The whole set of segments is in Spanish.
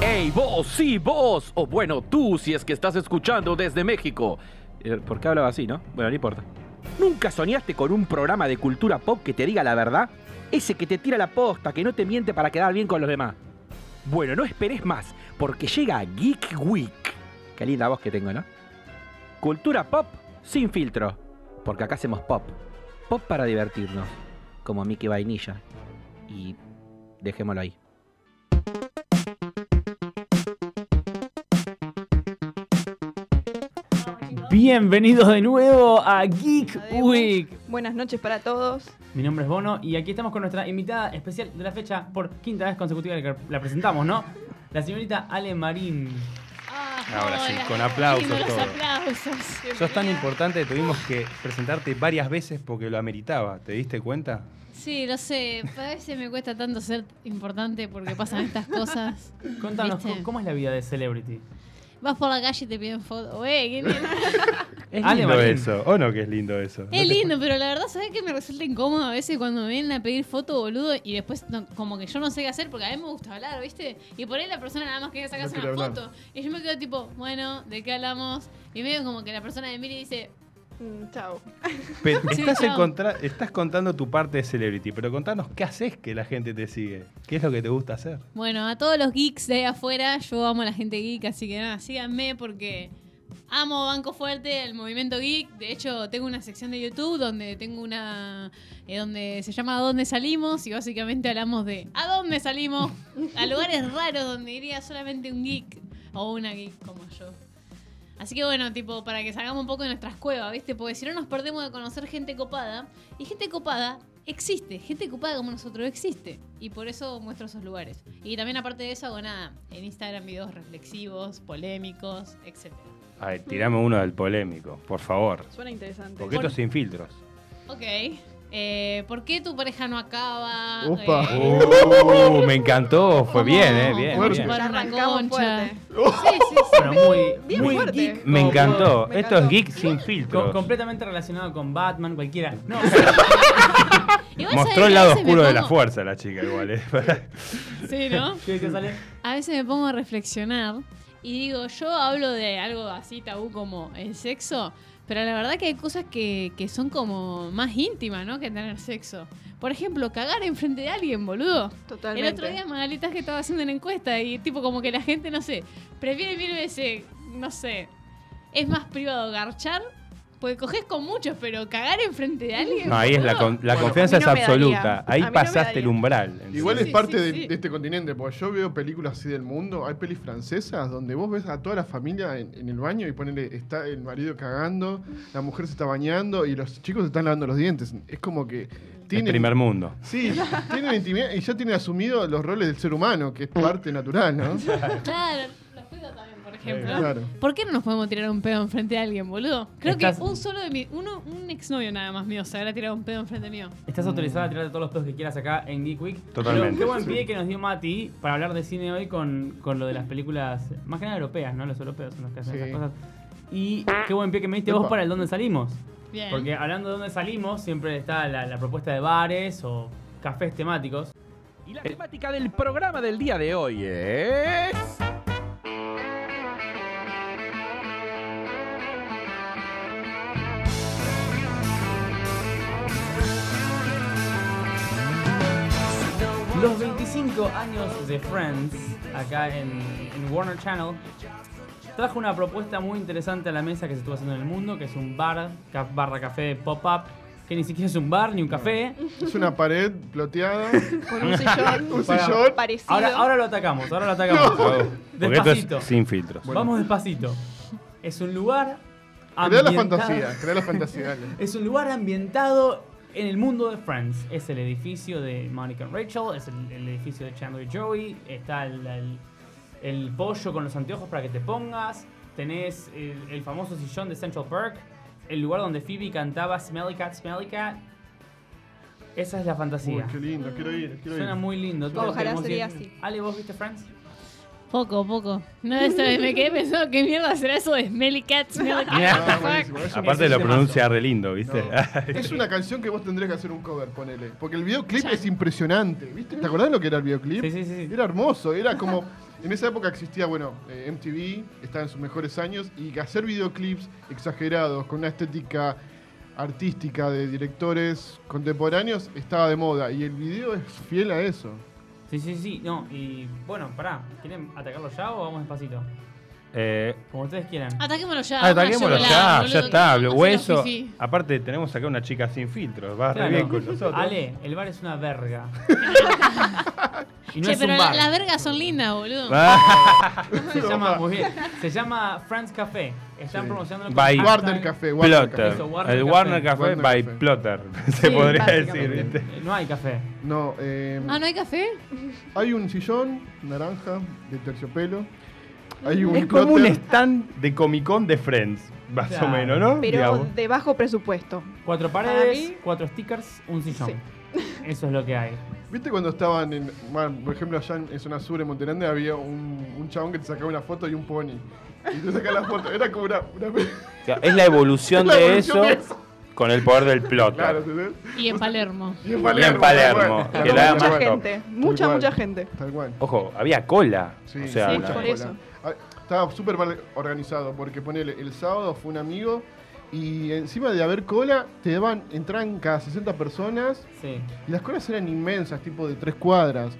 Hey, vos, sí, vos. O bueno, tú, si es que estás escuchando desde México. Eh, ¿Por qué hablaba así, no? Bueno, no importa. ¿Nunca soñaste con un programa de cultura pop que te diga la verdad? Ese que te tira la posta, que no te miente para quedar bien con los demás. Bueno, no esperes más, porque llega Geek Week. Qué linda voz que tengo, ¿no? Cultura pop sin filtro. Porque acá hacemos pop. Pop para divertirnos. Como Mickey Vainilla. Y dejémoslo ahí. Bienvenidos de nuevo a Geek Ademos. Week. Buenas noches para todos. Mi nombre es Bono y aquí estamos con nuestra invitada especial de la fecha por quinta vez consecutiva que la presentamos, ¿no? La señorita Ale Marín. Ah, Ahora sí, hola. con aplausos Lindo los todo. aplausos. Sos tan importante que tuvimos que presentarte varias veces porque lo ameritaba. ¿Te diste cuenta? Sí, lo sé. A veces me cuesta tanto ser importante porque pasan estas cosas. Contanos, ¿Viste? ¿cómo- ¿cómo es la vida de celebrity? Vas por la calle y te piden foto. Wey, qué lindo. Es Lindo eso. ¿O no que es lindo eso? Es lindo, pero la verdad, ¿sabes que me resulta incómodo a veces cuando me vienen a pedir foto, boludo? Y después, no- como que yo no sé qué hacer porque a mí me gusta hablar, ¿viste? Y por ahí la persona nada más quería sacarse No una quiere hablar. foto. Y yo me quedo tipo, bueno, ¿de qué hablamos? Y medio como que la persona de mira y dice, Mm, chao. Pe- Sí, estás, claro. encontra- estás contando tu parte de celebrity, pero contanos qué haces que la gente te sigue. ¿Qué es lo que te gusta hacer? Bueno, a todos los geeks de ahí afuera, yo amo a la gente geek, así que nada, síganme porque amo Banco Fuerte, el movimiento geek. De hecho, tengo una sección de YouTube donde tengo una. eh, donde se llama ¿A dónde salimos? Y básicamente hablamos de ¿A dónde salimos? A lugares raros donde iría solamente un geek o una geek como yo. Así que bueno, tipo, para que salgamos un poco de nuestras cuevas, ¿viste? Porque si no nos perdemos de conocer gente copada. Y gente copada existe, gente copada como nosotros existe. Y por eso muestro esos lugares. Y también aparte de eso hago nada. En Instagram videos reflexivos, polémicos, etc. A ver, tirame uno del polémico, por favor. Suena interesante. Porque esto es sin filtros. Ok. Eh, ¿Por qué tu pareja no acaba? Upa. Eh, Uh, me encantó. Fue ¿cómo- bien, eh. Bien, cómo bien. chupar Ya una arrancamos concha? fuerte. Sí, sí, sí. Pero muy, Bien muy fuerte. geek. Me como- encantó. Me Esto es encantó. geek sin co- filtros. completamente relacionado con Batman, cualquiera. No, Y vos sabés Mostró que el a lado veces me oscuro de la pongo- fuerza la chica igual, eh. Sí, ¿no? ¿qué qué sale? A veces me pongo a reflexionar y digo, yo hablo de algo así tabú como el sexo, pero la verdad que hay cosas que, que son como más íntimas, ¿no? Que tener sexo. Por ejemplo, cagar enfrente de alguien, boludo. Totalmente. El otro día Magalita que estaba haciendo una encuesta y tipo como que la gente, no sé, prefiere mil veces, no sé, es más privado garchar, porque coges con muchos, pero cagar enfrente de alguien. No, ahí es la, boludo. con- la Bueno, confianza a mí no me es absoluta. daría. Ahí A mí no me pasaste daría. el umbral. Igual Sí, es sí, parte sí, de, sí. de este continente, porque yo veo películas así del mundo, hay pelis francesas donde vos ves a toda la familia en, en el baño y ponele, está el marido cagando, la mujer se está bañando y los chicos se están lavando los dientes. Es como que El tienen... primer mundo. Sí, tienen intimidad y ya tienen asumido los roles del ser humano, que es parte natural, ¿no? Claro, los pedos también, por ejemplo. Claro. ¿Por qué no nos podemos tirar un pedo enfrente de alguien, boludo? Creo Estás- que un solo de mi. Uno, un exnovio nada más mío se habrá tirado un pedo enfrente mío. Estás autorizada a tirarte todos los pedos que quieras acá en Geek Week. Totalmente. Pero qué buen pie que nos dio Mati para hablar de cine hoy con, con lo de las películas, más que nada europeas, ¿no? Los europeos son los que hacen Sí. esas cosas. Y qué buen pie que me diste vos Epa. para el dónde salimos. Bien. Porque hablando de dónde salimos, siempre está la, la propuesta de bares o cafés temáticos. Y la temática del programa del día de hoy es. Los 25 años de Friends, acá en, en Warner Channel, trajo una propuesta muy interesante a la mesa que se estuvo haciendo en el mundo, que es un bar, ca- barra café pop-up, que ni siquiera es un bar ni un café. Es una pared ploteada, Con un sillón un Para- sillón. parecido. Ahora, ahora lo atacamos, ahora lo atacamos. Porque esto Despacito. es sin filtros. Vamos despacito. Es un lugar Crea la ambientado- fantasía, crea la fantasía. dale. Es un lugar ambientado en el mundo de Friends. Es el edificio de Monica y Rachel, es el, el edificio de Chandler y Joey, está el, el- el pollo con los anteojos para que te pongas, tenés el, el famoso sillón de Central Park, el lugar donde Phoebe cantaba Smelly Cat, Smelly Cat. Esa es la Uy, fantasía. qué lindo, quiero ir, quiero ir. Suena muy lindo. todos Ojalá queremos sería ir. así. Ale, ¿vos viste Friends? Poco, poco. No, eso, me quedé pensando, ¿qué mierda será eso de Smelly Cat, Smelly Cat? Ah, Fuck. buenísimo, es un- Aparte es lo un pronuncia temazo. re lindo, ¿viste? No. Es una canción que vos tendrías que hacer un cover, ponele. Porque el videoclip es impresionante, ¿viste? ¿Te acordás de lo que era el videoclip? Sí, sí, sí, sí. Era hermoso, era como. En esa época existía, bueno, eh, MTV, estaba en sus mejores años, y hacer videoclips exagerados, con una estética artística de directores contemporáneos, estaba de moda. Y el video es fiel a eso. Sí, sí, sí. No, y bueno, pará. ¿Quieren atacarlo ya o vamos despacito? Eh, Como ustedes quieran. Ataquémoslo ya. Ah, una ataquémoslo yola, ya, boludo, ya está, ¿qué lo vamos a hacer hueso. los fifí? Aparte tenemos acá una chica sin filtros, va re Claro. bien con nosotros. Ale, el bar es una verga. y no Che, es pero un la- bar. las vergas son lindas, boludo. Ah, Se llama, muy bien. Se llama France Café. Están Sí. promocionándolo By- hashtag- Warner Café, Warner Plotter. Eso, Café. Warner El Café. Warner Café Warner by Café. Plotter, se Sí, podría decir, básicamente. ¿viste? No hay café. No, eh, Ah, ¿no hay café? hay un sillón naranja de terciopelo. Hay un Es como un plotter. stand de Comic Con de Friends, más Claro. o menos, ¿no? Pero Digamos. de bajo presupuesto. Cuatro paredes, mí- cuatro stickers, un sillón. Sí. Eso es lo que hay. ¿Viste cuando estaban en, bueno, por ejemplo, allá en, en zona sur, en Monterrey, había un, un chabón que te sacaba una foto y un pony? Y te sacaba la foto, era como una... una- O sea, es la evolución, La de, eso evolución de eso. con el poder del plotter. claro, ¿entendés? Y en Palermo. Y en Y en Palermo, tal cual. que la ama- Tal cual, mucha tal bueno. gente, mucha, cual. mucha gente. cual, Tal cual. Ojo, había cola. Sí, o sea, sí, la- mucha por cola. eso. Ah, Estaba súper mal organizado, porque ponele, el sábado fue un amigo y encima de haber cola, te daban, entran cada 60 personas Sí. Y las colas eran inmensas, tipo de tres cuadras.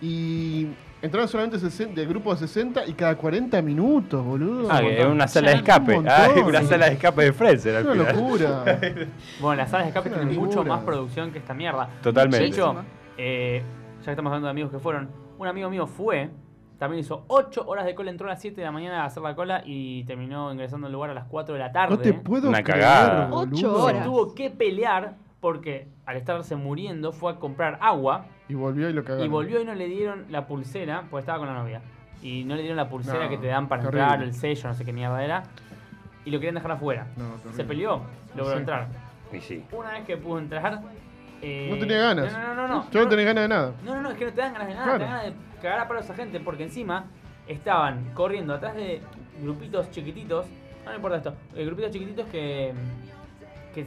Y entraban solamente 60, del grupo de 60 y cada 40 minutos, boludo. ah, que era una sala de Un escape. montón. Ah, una Sí. sala de escape de Friends era Es al una final. locura. Bueno, las salas de escape Es una tienen mucho locura. más producción que esta mierda. Totalmente. De hecho, eh, ya que estamos hablando de amigos que fueron, un amigo mío fue, también hizo 8 horas de cola, entró a las 7 de la mañana a hacer la cola y terminó ingresando al lugar a las 4 de la tarde. no te puedo Una creer, cagada. boludo. Ocho Se horas. tuvo que pelear porque al estarse muriendo fue a comprar agua Y volvió y lo cagaron. y volvió y no le dieron la pulsera, porque estaba con la novia. Y no le dieron la pulsera No, que te dan para terrible. entrar, el sello, no sé qué mierda era. Y lo querían dejar afuera. No, terrible. Se peleó, logró Sí. entrar. Y sí. Una vez que pudo entrar. eh, No tenía ganas. No, no, no, no. Yo no tenía ganas de nada. No, no, no, es que no te dan ganas de nada, te dan Claro. ganas de cagar a palos a esa gente, porque encima estaban corriendo atrás de grupitos chiquititos, no me importa esto, eh, grupitos chiquititos que, que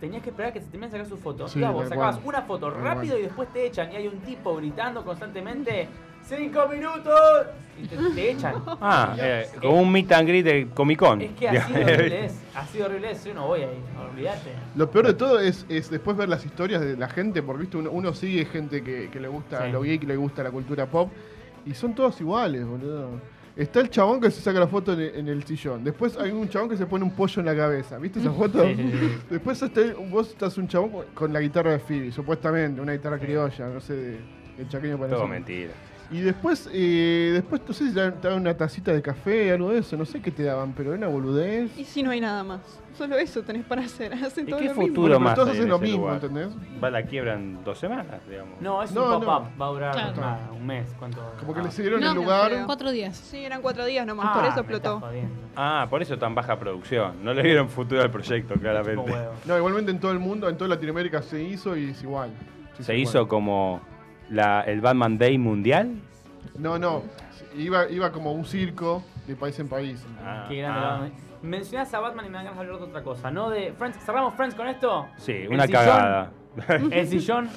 tenías que esperar que se terminen de sacar sus fotos. Sí, Ibas vos, tal sacabas cual. una foto Tal rápido cual. y después te echan, y hay un tipo gritando constantemente, ¡Cinco minutos! Y te, te echan. Ah, eh, como un meet and greet de Comic Con. Es que ha sido horrible es, ha sido horrible es, yo no voy ahí, olvídate. Lo peor de todo es, es después ver las historias de la gente, porque viste, uno, uno sigue gente que, que le gusta Sí. lo geek, le gusta la cultura pop, y son todos iguales, boludo. Está el chabón que se saca la foto en el, en el sillón. Después hay un chabón que se pone un pollo en la cabeza. ¿Viste esa foto? Sí, sí, sí. Después está el- vos estás un chabón con- con la guitarra de Phoebe, supuestamente, una guitarra criolla, no sé, de, el chaqueño para Todo eso. mentira. Y después, eh, después no sé si te dan- te daban una tacita de café, algo de eso, no sé qué te daban, pero era una boludez. Y si no hay nada más. Solo eso tenés para hacer. Hacen ¿Y todo qué lo mismo. futuro Pero más todos hay en hacen lo ese mismo, lugar? ¿entendés? Va a la quiebra en dos semanas, digamos. No, es No, un no. pop-up, va a durar Claro. nada, un mes, cuánto. Como que Ah. le siguieron No, el no lugar. creo. Cuatro días. Sí, eran cuatro días nomás, por eso explotó. Ah, por eso tan baja producción. No le dieron futuro al proyecto, claramente. No, igualmente en todo el mundo, en toda Latinoamérica se hizo y es igual. Sí, Se es hizo igual. como la, el Batman Day mundial. No, no. Iba, iba como un circo de país en país. Ah, Qué grande. ah. Batman. Mencionás a Batman y me dan ganas de hablar de otra cosa, ¿no? De Friends. ¿Cerramos Friends con esto? Sí, El una sillón- cagada. El sillón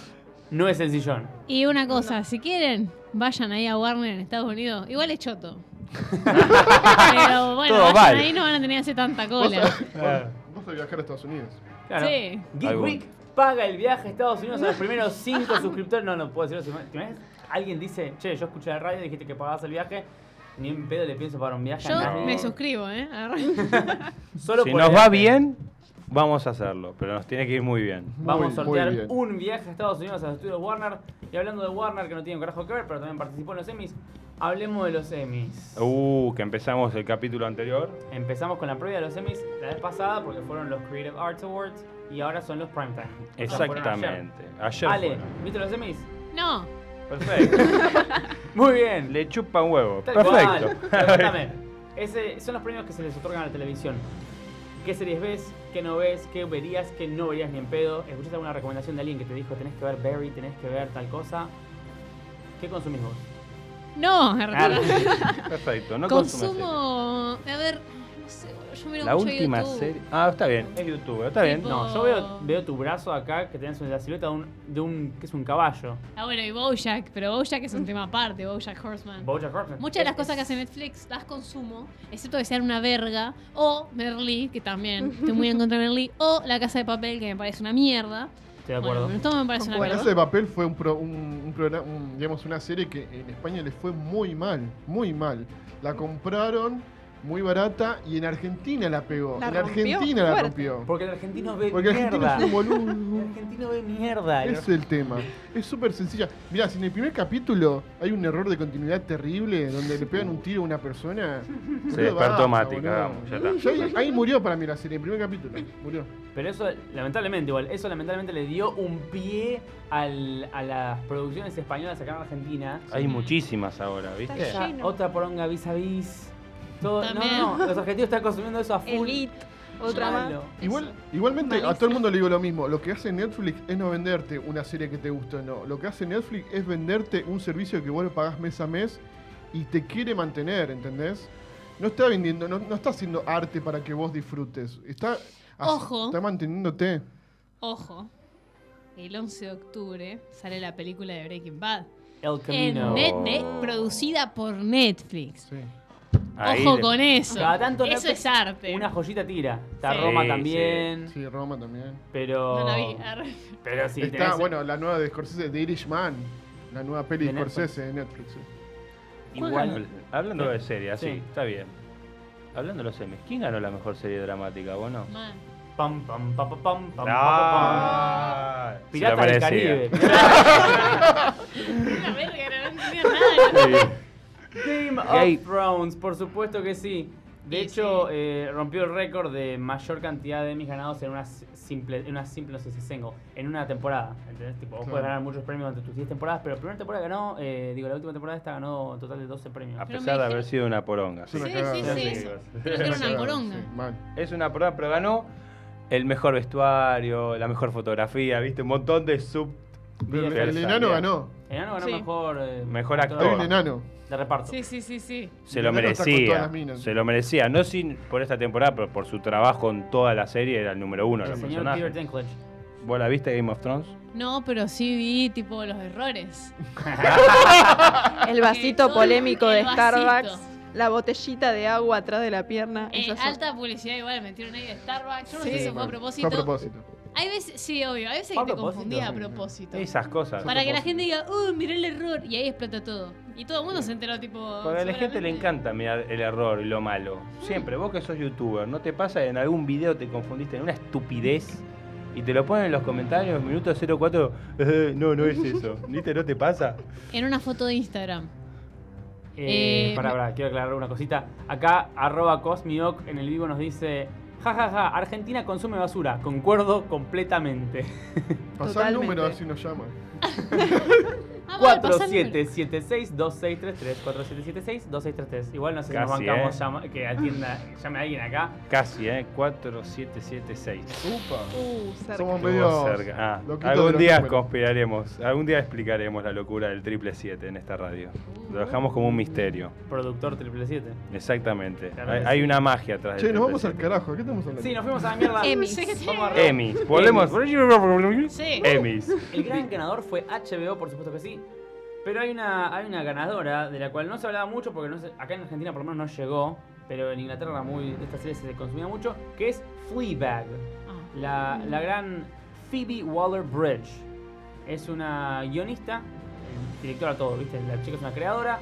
no es el sillón. Y una cosa, si quieren, vayan ahí a Warner en Estados Unidos. Igual es choto. Pero bueno, Todo vayan vale. ahí no van a tener que hacer tanta cola. Vos, vos de viajar a Estados Unidos. Claro. Sí. Geek Algún. Week paga el viaje a Estados Unidos a los primeros 5 suscriptores. No, no puedo decirlo. ¿Te imaginas? Alguien dice, che, yo escuché la radio y dijiste que pagabas el viaje. Ni en pedo le pienso pagar un viaje a Yo nadie. me suscribo, ¿eh? Agarra- Solo Si por nos el viaje. va bien, vamos a hacerlo. Pero nos tiene que ir muy bien. Vamos Muy- a muy sortear bien. un viaje a Estados Unidos a los estudios Warner. Y hablando de Warner, que no tiene un carajo que ver, pero también participó en los Emmys, hablemos de los Emmys. Uh, que empezamos el capítulo anterior. Empezamos con la previa de los Emmys la vez pasada, porque fueron los Creative Arts Awards y ahora son los Primetime. Exactamente. Ayer. Ale, fueron. ¿viste los Emmys? No, Perfecto. Muy bien. Le chupa un huevo. Tal Perfecto. cual. Pero contame, ese- son los premios que se les otorgan a la televisión. ¿Qué series ves? ¿Qué no ves? ¿Qué verías? ¿Qué no verías ni en pedo? ¿Escuchaste alguna recomendación de alguien que te dijo tenés que ver Barry, tenés que ver tal cosa? ¿Qué consumís vos? No, Ah, Claro. Hernán. Perfecto, no consumo Consumo. A ver, no sé, boludo, yo miro series. La mucho última YouTube. serie. Ah, está bien, es youtuber, está bien. Tipo- No, yo veo, veo tu brazo acá que tenés la silueta de un, de un que es un caballo. Ah, bueno, y Bojack, pero Bojack es un tema aparte, Bojack Horseman. Bojack Horseman. Ah. Muchas de las cosas que hace Netflix las consumo, excepto que sean una verga, o Merlí, que también estoy muy en contra de Merlí, o La Casa de Papel, que me parece una mierda. Estoy de acuerdo. Bueno, todo me parece una Concuerdo. mierda. Casa de Papel fue un, pro- un- un programa, un- digamos, una serie que en España le fue muy mal, muy mal. La compraron muy barata y en Argentina la pegó. La en rompió Argentina la fuerte. rompió. Porque el argentino ve Porque mierda. Argentina es un boludo. El argentino ve mierda. El- Es el tema. Es súper sencilla. Mirá, si en el primer capítulo hay un error de continuidad terrible donde le pegan un tiro a una persona. boludo, despertó basta, Mati, boludo. cagamos, ya está. Ya ahí, ahí murió para mí la serie, en el primer capítulo. Murió. Pero eso, lamentablemente, igual, eso lamentablemente le dio un pie al- a las producciones españolas acá en Argentina. Hay muchísimas ahora, ¿viste? Está Ya, lleno. otra poronga vis a vis. Todo, no, También. no, no, los argentinos están consumiendo eso a full. Elite. Otra Malo. más. Igual, igualmente, a Malísimo. todo el mundo le digo lo mismo. Lo que hace Netflix es no venderte una serie que te gusta o no. Lo que hace Netflix es venderte un servicio que vos lo pagás mes a mes y te quiere mantener, ¿entendés? No está vendiendo, no, no está haciendo arte para que vos disfrutes. Está, Ojo. está manteniéndote. Ojo, el 11 de octubre sale la película de Breaking Bad. El En camino. Net- Net- producida por Netflix. Sí. Ahí Ojo le- con eso. Cada tanto eso Netflix- es arte. Una joyita tira. Está Sí, Roma sí. también. Sí, Roma también. Pero. No la vi. arre. Pero sí, Está, bueno, la nueva de Scorsese, de Irishman. La nueva peli De de, Netflix. Scorsese de Netflix. sí. ¿Cuál Igual. ganó el- Hablando de serie, así, Sí. está bien. Hablando de los semis, ¿quién ganó la mejor serie dramática? ¿Vos no? Man. Pam, pam, pam, pam, pam, pam, pam, pam. Ah, se lo Pirata del merecía. Caribe. Una verga, no tenía nada. Game Gay. of Thrones, por supuesto que sí. De Y hecho, sí. eh, rompió el récord de mayor cantidad de mis ganados en una s- simple, en una simple, no sé si single, en una temporada. ¿Entendés? Tipo, vos Claro. podés ganar muchos premios durante tus 10 temporadas, pero la primera temporada ganó, eh, digo, la última temporada esta ganó un total de 12 premios. A Pero me pesar de haber dijeron- sido una poronga. Sí, Sí, una sí, cagada. sí, Sí, eso. vas. Pero que era una Claro, poronga. sí, mal. Es una poronga, pero ganó el mejor vestuario, la mejor fotografía, viste, un montón de sub. Pero el- el diversas, enano bien. ganó. El enano ganó Sí. mejor. eh, Mejor Hay actor. un enano. De reparto. Sí, sí, sí, sí. Se lo El enano está con todas merecía. las minas. Se lo merecía. No sin por esta temporada, pero por su trabajo en toda la serie era el número uno de El los señor Peter personajes. Dinklage. ¿Vos la viste Game of Thrones? No, pero sí vi tipo los errores. El vasito todo- polémico de el Starbucks. vasito. La botellita de agua atrás de la pierna. Eh, esas son- alta publicidad igual, metieron ahí de Starbucks. Yo no sé Sí, si fue a mal. propósito. Fue a propósito. Hay veces, sí, obvio, hay veces Fue a que te propósito, confundía a sí, sí. propósito. Esas cosas. Para que la gente diga, uh, mirá el error. Y ahí explota todo. Y todo el mundo se enteró, tipo. Porque a la gente le seguramente. encanta mirar el error y lo malo. Siempre, vos que sos youtuber, ¿no te pasa en algún video te confundiste en una estupidez? Y te lo ponen en los comentarios, minuto 04. eh, no, no es eso. ¿Viste? ¿No te pasa? En una foto de Instagram. Eh, Eh, pará, pará, quiero aclarar una cosita. Acá, arroba Cosmioc en el vivo nos dice: jajaja, Argentina consume basura. Concuerdo completamente. Pasá el Totalmente. número, así nos llama. Ah, vale, pasá el número. 4776-2633. 4776-2633. Igual no sé si nos Casi, bancamos eh. llama- que atienda, llame a alguien acá. Casi, ¿eh? 4776. Uh, cerca. Somos medio. Estuvo cerca. Ah, loquitos de algún los día números. conspiraremos, algún día explicaremos la locura del triple 7 en esta radio. Lo dejamos como un misterio. Productor 777. Exactamente. Claro hay, que hay sí. una magia atrás Che, del nos vamos al 777. carajo. ¿Qué estamos hablando? Sí, nos fuimos a la mierda. Emis. Sí, que sí. Vamos a- Emis, volvemos. Sí. Emis. El gran ganador fue HBO, por supuesto que sí. Pero hay una, hay una ganadora de la cual no se hablaba mucho porque no se- acá en Argentina por lo menos no llegó. Pero en Inglaterra muy, esta serie se consumía mucho. Que es Fleabag. Ah. La, la gran Phoebe Waller-Bridge. Es una guionista, eh, directora todo, ¿viste? La chica es una creadora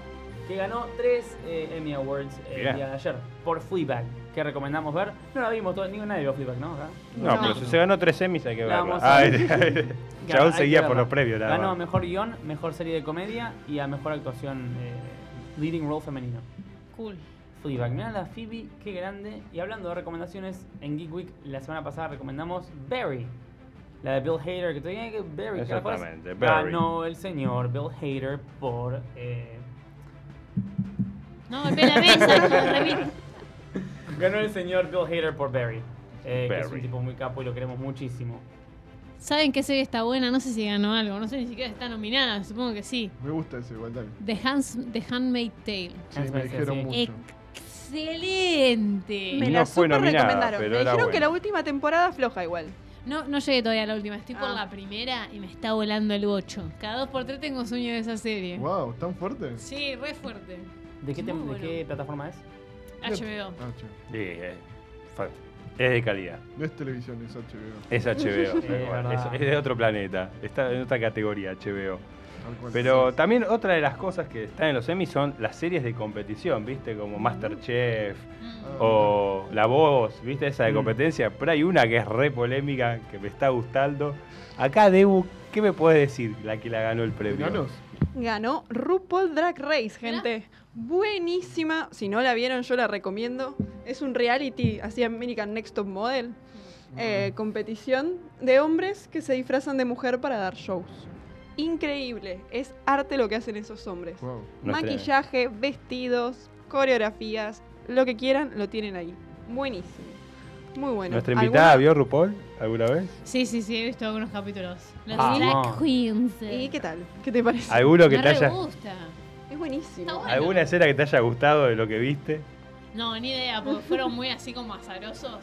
que ganó tres eh, Emmy Awards eh, Bien. el día de ayer por Fleabag, que recomendamos ver. No la vimos, todo, ninguna nadie vio Fleabag, ¿no? Acá. No, No. pero si se ganó tres semis hay que La verla. vamos a Ah, ver. Ganó- Chabón hay seguía que por verlo. los previos, nada Ganó a más. mejor guión, mejor serie de comedia y a mejor actuación eh, leading role femenino. Ah, Cool. Fleabag, mirá la Phoebe, qué grande. Y hablando de recomendaciones, en Geek Week la semana pasada recomendamos Barry. La de Bill Hader, que te digan que Barry, ¿qué la fuerza? Exactamente, Barry. Ganó el señor Bill Hader por... eh, No golpeé la mesa, no repito. ganó el señor Bill Hader por Barry. eh, Que es un Barry. tipo muy capo y lo queremos muchísimo. ¿Saben qué serie está buena? No sé si ganó algo, no sé ni siquiera si está nominada, supongo que sí. Me gusta ese igual, dale. The, Hands, The Handmaid Tale. Sí, Eso me es, dijeron sí. mucho. Este. ¡Excelente! Me No la fue super nominada, recomendaron. pero me era dijeron buena. que la última temporada floja igual. No, no llegué todavía a la última, estoy por Ah. la primera y me está volando el bocho. Cada dos por tres tengo sueño de esa serie. Wow, ¿tan fuerte? Sí, re fuerte. ¿De qué, tem- Muy de qué bueno. plataforma es? HBO. Ah, che, Sí, eh, fa- es de calidad. No es televisión, es HBO. Es HBO. Sí, pero bueno, verdad. es, es de otro planeta. Está en otra categoría HBO. tal cual. Pero también otra de las cosas que están en los Emmy son las series de competición, ¿viste? Como Masterchef Ah. Mm. o La Voz, ¿viste? Esa de Mm. competencia. Pero hay una que es re polémica, que me está gustando. Acá, Debu, ¿qué me puedes decir? La que la ganó el premio. ¿Enanos? Ganó RuPaul Drag Race, gente. Buenísima. Si no la vieron, yo la recomiendo. Es un reality, así American Next Top Model. Eh, competición de hombres que se disfrazan de mujer para dar shows. Increíble. Es arte lo que hacen esos hombres. Wow. Nuestra- Maquillaje, vestidos, coreografías, lo que quieran, lo tienen ahí. Buenísimo. Muy bueno. ¿Nuestra invitada ¿Alguna- vio RuPaul alguna vez? Sí, sí, sí, he visto algunos capítulos. Las Ah, Drag no. Queens. ¿Y qué tal? ¿Qué te parece? ¿Alguno que me te re haya, gusta. Es Está buenísimo. bueno. ¿Alguna escena que te haya gustado de lo que viste? No, ni idea, porque fueron muy así como azarosos.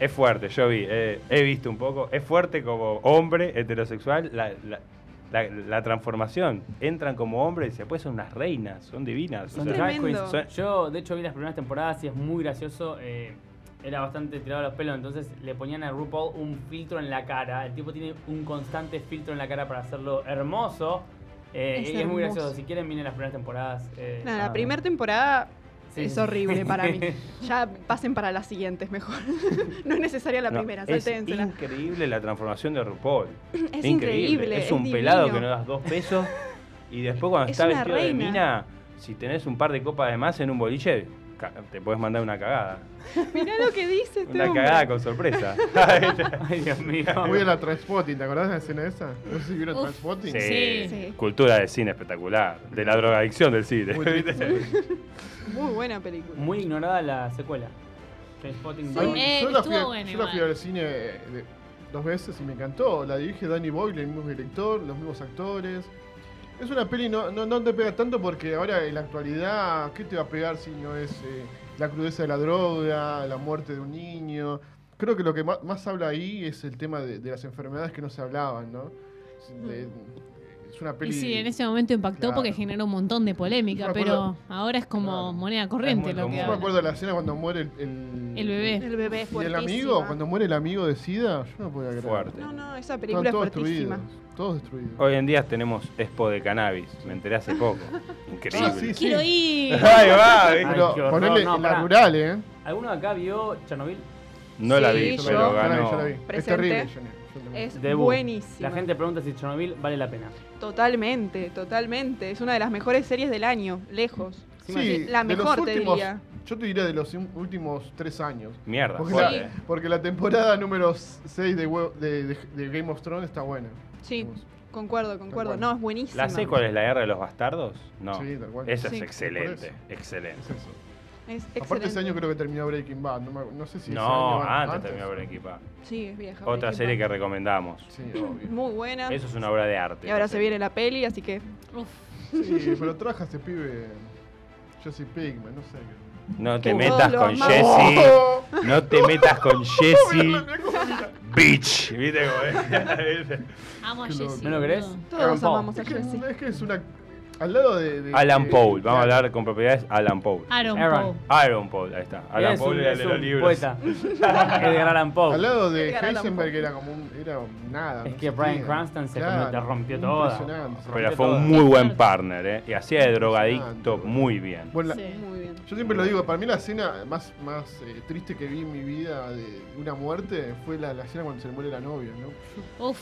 Es fuerte, yo vi, eh, he visto un poco. Es fuerte como hombre heterosexual la, la- la- la transformación. Entran como hombres y después son unas reinas, son divinas. Son o sea, drag tremendo. queens. Son- Yo, de hecho, vi las primeras temporadas y es muy gracioso. eh, era bastante tirado a los pelos, entonces le ponían a RuPaul un filtro en la cara. El tipo tiene un constante filtro en la cara para hacerlo hermoso. eh, Es y es muy hermoso. gracioso. Si quieren, miren las primeras temporadas. eh, No, Ah. nada. la primera temporada Sí, es sí. horrible para mí. Ya pasen para las siguientes mejor. no es necesaria la no, primera, es salténsela. increíble la transformación de RuPaul. Es increíble. Es un pelado divino. que no das dos pesos. y después cuando Es está una vestido de reina. mina, si tenés un par de copas de más en un boliche, ca- te puedes mandar una cagada. Mirá lo que dice este Una hombre. cagada con sorpresa. Ay, Dios mío. Voy a la Transpotting, ¿te acordás de la escena esa? No sé si vieron Uf. Transpotting. Sí. Sí. Sí. Cultura de cine espectacular. De la drogadicción del cine. Muy triste esa película. Muy buena película. Muy ignorada la secuela. Trainspotting Sí. Ay, dos. Eh, yo la fui, estuvo a- bueno yo la fui igual. al cine eh, de- dos veces y me encantó. La dirige Danny Boyle, el mismo director, los mismos actores. Es una peli no, no, no te pega tanto porque ahora en la actualidad, ¿qué te va a pegar si no es eh, la crudeza de la droga, la muerte de un niño? Creo que lo que ma- más, habla ahí es el tema de, de las enfermedades que no se hablaban, ¿no? Es- de- es una peli... Mm. Y sí, en ese momento impactó Claro. porque generó un montón de polémica, Yo me pero acuerdo- ahora es como Claro. moneda corriente Es lo que muy común. Yo me habla. acuerdo de la escena cuando muere el... El, El bebé. El bebé es Y el fuertísima. amigo, cuando muere el amigo de SIDA, yo no podía creer. Fuerte. No, no, esa película Están es todos fuertísima. destruidos. Todos destruidos. Hoy en día tenemos expo de cannabis. Me enteré hace poco. Increíble. Ah, sí, sí. Quiero ir. Ahí va, Ay, ¿viste? qué Pero horror, ponele no, en pará. la rural, ¿eh? ¿Alguno acá vio Chernobyl? No la vi, Sí, yo- pero Yo la vi, ganó. yo la vi. Es Presente. terrible, Johnny, yo también. Es Debut. buenísima. La gente pregunta si Chernobyl vale la pena. Totalmente, totalmente. Es una de las mejores series del año, lejos. Sí, la de los mejor, te últimos- diría. Yo te diría de los in- últimos tres años. Mierda, Porque, fuerte. ¿eh? la, porque la temporada número 6 de, hue- de- de- de Game of Thrones está buena. Sí, Hermoso. concuerdo, concuerdo. cual. No, es buenísima. ¿La sé cuál es la guerra de los bastardos? No. Sí, tal cual. Esa es Sí. excelente. Por Excelente. Es eso. Es Aparte, ese excelente. año creo que terminó Breaking Bad. No, me- no sé si. ese No, año, antes terminó Breaking Bad. Sí, es vieja. Otra Breaking serie que Bad. recomendamos. Sí, obvio. Muy buena. Eso es una obra de arte. y ahora se esa serie. viene la peli, así que Uf, Sí, pero traja ese pibe. Jesse Pinkman, no sé. No te Uh, metas lo con amamos. Oh. Jesse. No te metas con Jesse. Mirá cómo mira. Bitch. ¿Viste cómo es? amo a Qué loco. Jessie. ¿No lo querés? todos Paul. amamos a Es que, Jesse. es que es una. Al lado de. de- Alan de- Paul. Vamos a claro. hablar con propiedades. Alan Paul. Aaron Aaron. Paul. Iron Paul, ahí está. Alan Es Paul un- era el es de un los libros. Poeta. Edgar Allan Poe. Al lado de Edgar Allan Heisenberg Poe. era como un, era un nada. Es no que existía. Brian Cranston se Claro, te rompió toda. Impresionante. Pero Rompe fue todo. un muy buen partner, ¿eh? Y hacía de drogadicto Impresionante. muy bien. Bueno, la- Sí. Muy bien. yo siempre lo digo, para mí la escena más, más eh, triste que vi en mi vida de una muerte fue la, la escena cuando se le muere la novia, ¿no? Uf,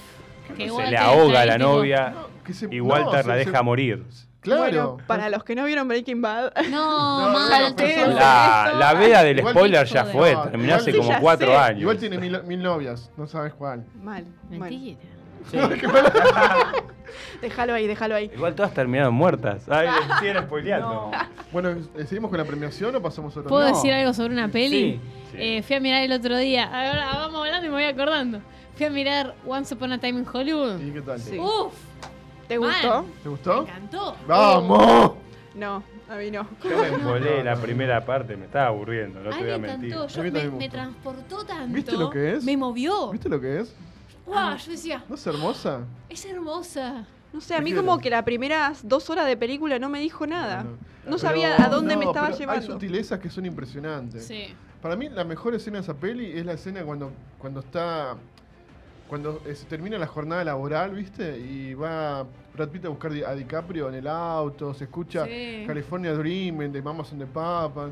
qué Se Walter le ahoga a está la ahí, tipo, novia No, que se- y no, Walter se- la se- deja morir. Claro. Bueno, para los que no vieron Breaking Bad, No, No, no, mal. pero- todo. La, la veda del Igual- spoiler ya Joder. fue, No, terminó igual- hace Sí, como ya cuatro sé. años. Igual tiene mil, mil novias, no sabes cuál. mal. mal. Mentira. Déjalo ahí, déjalo ahí. Igual todas terminaron muertas. Ay, le siguen No. spoileando. Bueno, eh, ¿seguimos con la premiación o pasamos a otro? ¿Puedo No. decir algo sobre una peli? Sí. Sí. ah, Eh, fui a mirar el otro día. Ahora vamos hablando y me voy acordando. Fui a mirar Once Upon a Time in Hollywood. ¿Y qué tal? Sí. Uf, ¿Te Mal. gustó? ¿Te me gustó? encantó. ¡Vamos! No, a mí no. Yo me embolé la primera parte, me estaba aburriendo, no te Ay, voy me a mentir. encantó. Yo A mí me, también me me gustó. transportó tanto. ¿Viste lo que es? Me movió. ¿Viste Ah. lo que es? Guau, yo decía, ¿No es hermosa? es hermosa. No sé, a mí Prefiero. como que las primeras dos horas de película no me dijo nada. Bueno. No, Pero- sabía a dónde me no, estaba pero Hay llevando. sutilezas que son impresionantes. Sí. Para mí la mejor escena de esa peli es la escena cuando, cuando está... Cuando eh, se termina la jornada laboral, ¿viste? Y va Brad Pitt a buscar di- a DiCaprio en el auto, se escucha Sí. California Dreaming de Mamas on the Papas.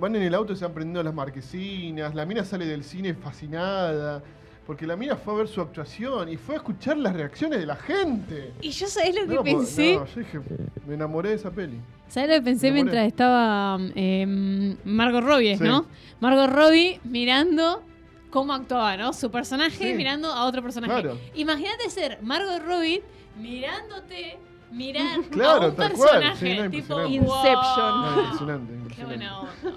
Van en el auto y se van prendiendo las marquesinas, la mina sale del cine fascinada, porque la mina fue a ver su actuación y fue a escuchar las reacciones de la gente. Y yo sabés lo que No, po- pensé. no, yo dije, me enamoré de esa peli. ¿Sabes lo que pensé Me muero. mientras estaba eh, Margot Robbie, Sí. no? Margot Robbie mirando cómo actuaba, ¿no? Su personaje Sí. mirando a otro personaje. Claro. Imagínate ser Margot Robbie mirándote mirar a Claro, un tal cual. personaje Sí, no, tipo impresionante. Inception. wow. No, Ah, impresionante, Qué impresionante. buena onda, boludo.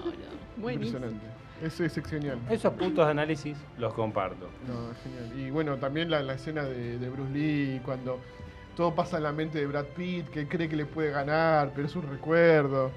Buenísimo. Impresionante. Eso es genial. Esos puntos de análisis los comparto. No, es genial. Y bueno, también la, la escena de, de Bruce Lee, cuando todo pasa en la mente de Brad Pitt, que cree que le puede ganar, pero es un recuerdo.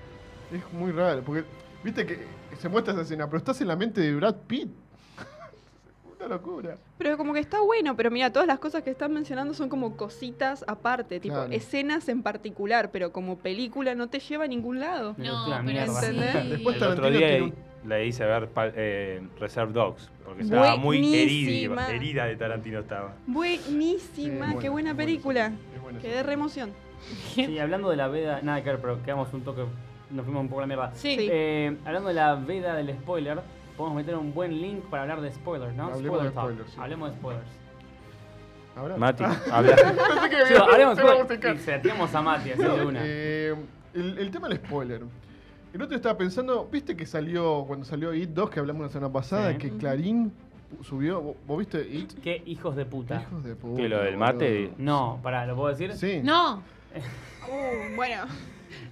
Es muy raro, porque viste que se muestra esa escena, pero estás en la mente de Brad Pitt. Una locura. Pero como que está bueno, pero mira, todas las cosas que están mencionando son como cositas aparte, tipo Claro. escenas en particular, pero como película no te lleva a ningún lado. Me No, gustó la pero mierda. sí. Después El Tarantino otro día tiene le hice ver pa- eh, Reserve Dogs, porque estaba muy herida, Buenísima. herida de Tarantino estaba. Sí, Buenísima, es qué buena buena, es película. Es buena, Quedé re emoción. Sí, hablando de la veda, nada que ver, pero quedamos un toque, nos fuimos un poco a la mierda. Sí. Sí. Eh, hablando de la veda del spoiler, podemos meter un buen link para hablar de spoilers, ¿no? Hablemos de talk. spoilers, sí. Hablemos de spoilers. Ahora- Mati, habla. Pensé que Sí, hablemos se de la spoilers. musical. Y cerquemos a Mati, así de una. Eh, el, el tema del spoiler. El otro estaba pensando, viste que salió, cuando salió IT 2, que hablamos la semana pasada, Sí. que Clarín subió, ¿vos, vos viste IT? Qué hijos de puta. Hijos de puta. ¿Qué, lo del boludo. mate? No, pará, ¿lo puedo decir? Sí. No, Uh, bueno,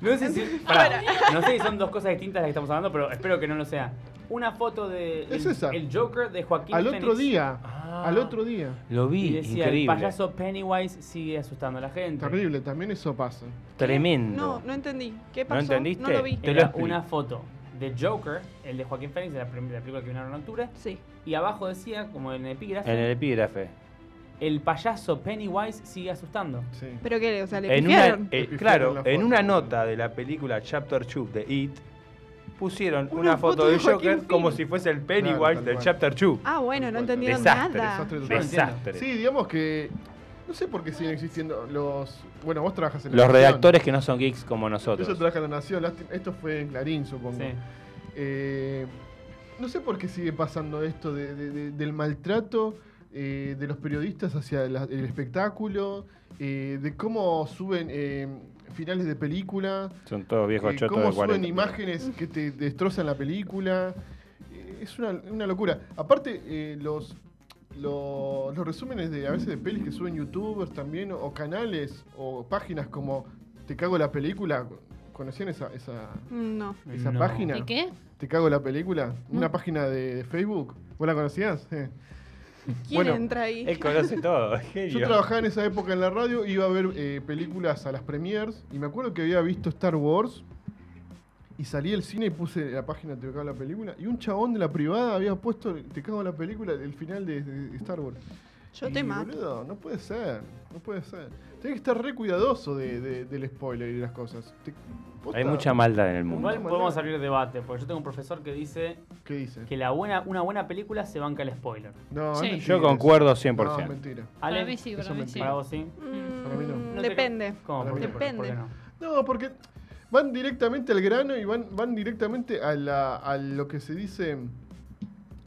No sé si. pará, no sé si son dos cosas distintas las que estamos hablando, pero espero que no lo sea. Una foto de Es el, esa. el Joker de Joaquín Al Phoenix. otro día. Ah. Al otro día. Lo Y vi, decía, el increíble. payaso Pennywise sigue asustando a la gente. Terrible, también eso pasa. Tremendo. no, no entendí. ¿Qué pasó? entendiste? No lo vi. Te lo Era explico. una foto de Joker, el de Joaquín Phoenix, de la, prim- de la película que vino en octubre, Sí. y abajo decía, como en epígrafe, En el el... epígrafe. payaso Pennywise sigue asustando. Sí. ¿Pero qué? O sea, le En una, pifiaron. eh, Le pifiaron claro, la en foto. una nota de la película Chapter 2 de It, pusieron una, Una foto, foto de de Joaquín Joker como Phoenix. si fuese el Claro, Pennywise tal del cual. Chapter 2. Ah, bueno, no entendieron Desastre, nada. desastre. Yo no entiendo. Desastre. Sí, digamos que. No sé por qué siguen existiendo los. Bueno, vos trabajas en la Los Nación. redactores que no son geeks como Yo nosotros. trabajo en la Nación. lástima- Esto fue en Clarín, supongo. Sí. Eh, no sé por qué sigue pasando esto de- de- de- del maltrato eh, de los periodistas hacia la- el espectáculo, eh, de cómo suben eh, finales de película, Son todos viejos eh, chotos cómo de suben 40. imágenes que te destrozan la película. Eh, es una, una locura. Aparte, eh, los, lo- los resúmenes de a veces de pelis que suben youtubers también, o canales, o páginas como Te cago la película. ¿Conocían esa, esa, Mm, No. esa No. página? ¿de qué? ¿Te cago la película? Una No. página de, de Facebook. ¿Vos la conocías? Eh. ¿Quién Bueno, entra ahí? Él conoce todo, es genio. Yo trabajaba en esa época en la radio, iba a ver eh, películas a las premiers y me acuerdo que había visto Star Wars y salí del cine y puse la página Te cago la película y un chabón de la privada había puesto Te cago la película el final de, de Star Wars. Yo Y, te mato. boludo, no puede ser, no puede ser. Tenés que estar re cuidadoso de- de- del spoiler y de las cosas. Te- posta, Hay mucha maldad en el mundo. Igual podemos abrir debate, porque yo tengo un profesor que dice ¿Qué dices? que la buena, una buena película se banca el spoiler. No, es Sí. mentira Yo eso. concuerdo No, es 100%. mentira. Para Ale, mí sí, eso para mí mentira. sí. para vos sí. Mm, Para mí no. No te- depende. ¿Cómo? ¿Por qué? ¿Por qué? Depende. ¿Por qué no? No, porque van directamente al grano y van, van directamente a, la, a lo que se dice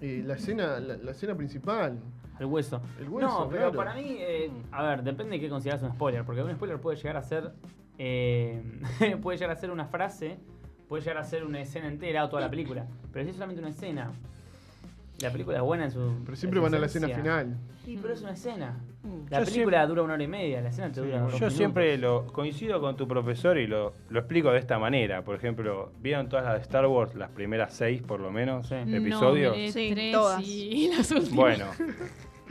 eh, la, escena, la, la escena principal. Al hueso. El hueso, No, pero claro. para mí, eh, a ver, depende de qué consideras un spoiler, porque un spoiler puede llegar a ser, eh, puede llegar a ser una frase, puede llegar a ser una escena entera o toda la película, pero si es solamente una escena, la película es buena en su. Pero siempre en su van a la escena esencia. final. Sí, pero es una escena. La Mm. Yo película dura una hora y media, la escena te dura. dos Yo minutos. siempre lo coincido con tu profesor y lo, lo explico de esta manera. Por ejemplo, ¿vieron todas las de Star Wars, las primeras seis por lo menos, Sí. episodios? No, miré Sí, tres todas. y las últimas. Bueno,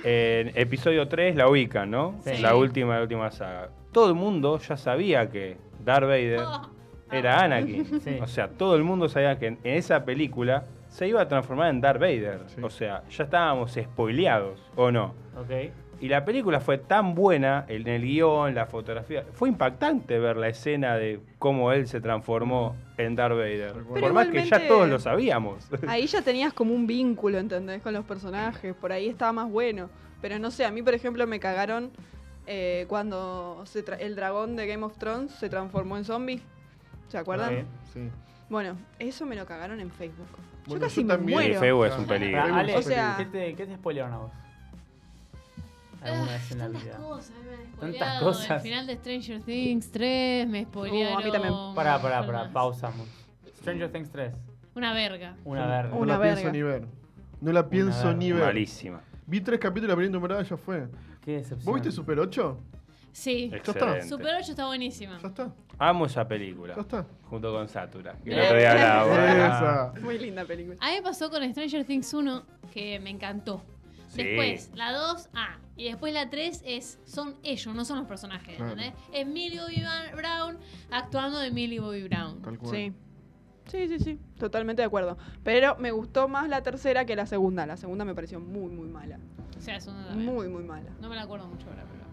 En episodio 3 la ubican, ¿no? Sí. La última, la última saga. Todo el mundo ya sabía que Darth Vader Oh, era Anakin. Sí. O sea, todo el mundo sabía que en esa película se iba a transformar en Darth Vader. Sí. O sea, ya estábamos spoileados, ¿o no? Ok. Y la película fue tan buena en el guión, la fotografía. Fue impactante ver la escena de cómo él se transformó en Darth Vader. Pero Por más que ya igualmente- todos lo sabíamos. Ahí ya tenías como un vínculo, ¿entendés? Con los personajes, por ahí estaba más bueno. Pero no sé, a mí por ejemplo me cagaron eh, cuando se tra- el dragón de Game of Thrones se transformó en zombie. ¿Se acuerdan? Ok. Sí. Bueno, eso me lo cagaron en Facebook. Bueno, yo casi yo me también. muero. Sí, Facebook es un Pará, peligro. Ale, O sea- ¿qué, te, ¿qué te spoilearon a vos? Alguna ah, vez en la tantas vida. cosas me han Tantas spoileado. cosas. El final de Stranger Things 3 me spoilearon. Uh, a mí también. Pará, pará, pará, Formas. pausamos. Stranger Things 3. Una verga. Una verga. No Una la pienso verga. ni ver. No la pienso verga. ni ver. Malísima. Vi tres capítulos de la primera temporada y ya fue. Qué decepción. ¿Vos viste Super 8? Sí. Excelente. Super 8 está buenísima. Ya está, Amo esa película. ya está. Junto con Satura. Que el Eh. otro día hablábamos. Esa. Muy linda película. A mí me pasó con Stranger Things 1 que me encantó. Sí. Después, la 2, ah, y después la 3 es, son ellos, no son los personajes, Claro. ¿entendés? Es Millie Bobby Ba- Brown actuando de Millie Bobby Brown. Tal cual. Sí. Sí, sí, sí, totalmente de acuerdo. Pero me gustó más la tercera que la segunda. La segunda me pareció muy, muy mala. O sea, es una Muy, muy mala. No me la acuerdo mucho ahora, pero...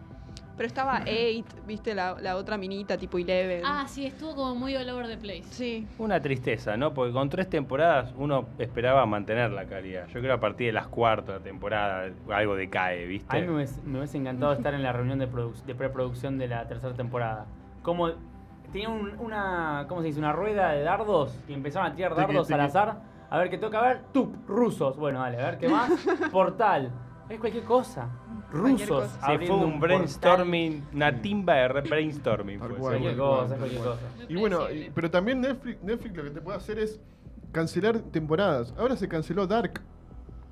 Pero estaba Eight, viste, la, la otra minita tipo Eleven. Ah, sí, estuvo como muy all over the place. sí. Una tristeza, ¿no? Porque con tres temporadas uno esperaba mantener la calidad. Yo creo que a partir de las cuarta temporada algo decae, A mí ¿viste? me hubiese, me hubiese encantado estar en la reunión de, produc- de preproducción de la tercera temporada. Como tenía un- una, ¿cómo se dice? Una rueda de dardos y empezaron a tirar Tiqui, dardos al tiqui. azar. A ver qué toca, a ver, tup, rusos. Bueno, dale, a ver qué más. Portal. Es cualquier cosa. Cualquier Rusos. cosa. Se fue abriendo un portal. brainstorming, una timba de re- brainstorming. Tal fue. cual. Cualquier cosa, cualquier cosa. Muy Y bueno, predecible. y- pero también Netflix, Netflix lo que te puede hacer es cancelar temporadas. Ahora se canceló Dark.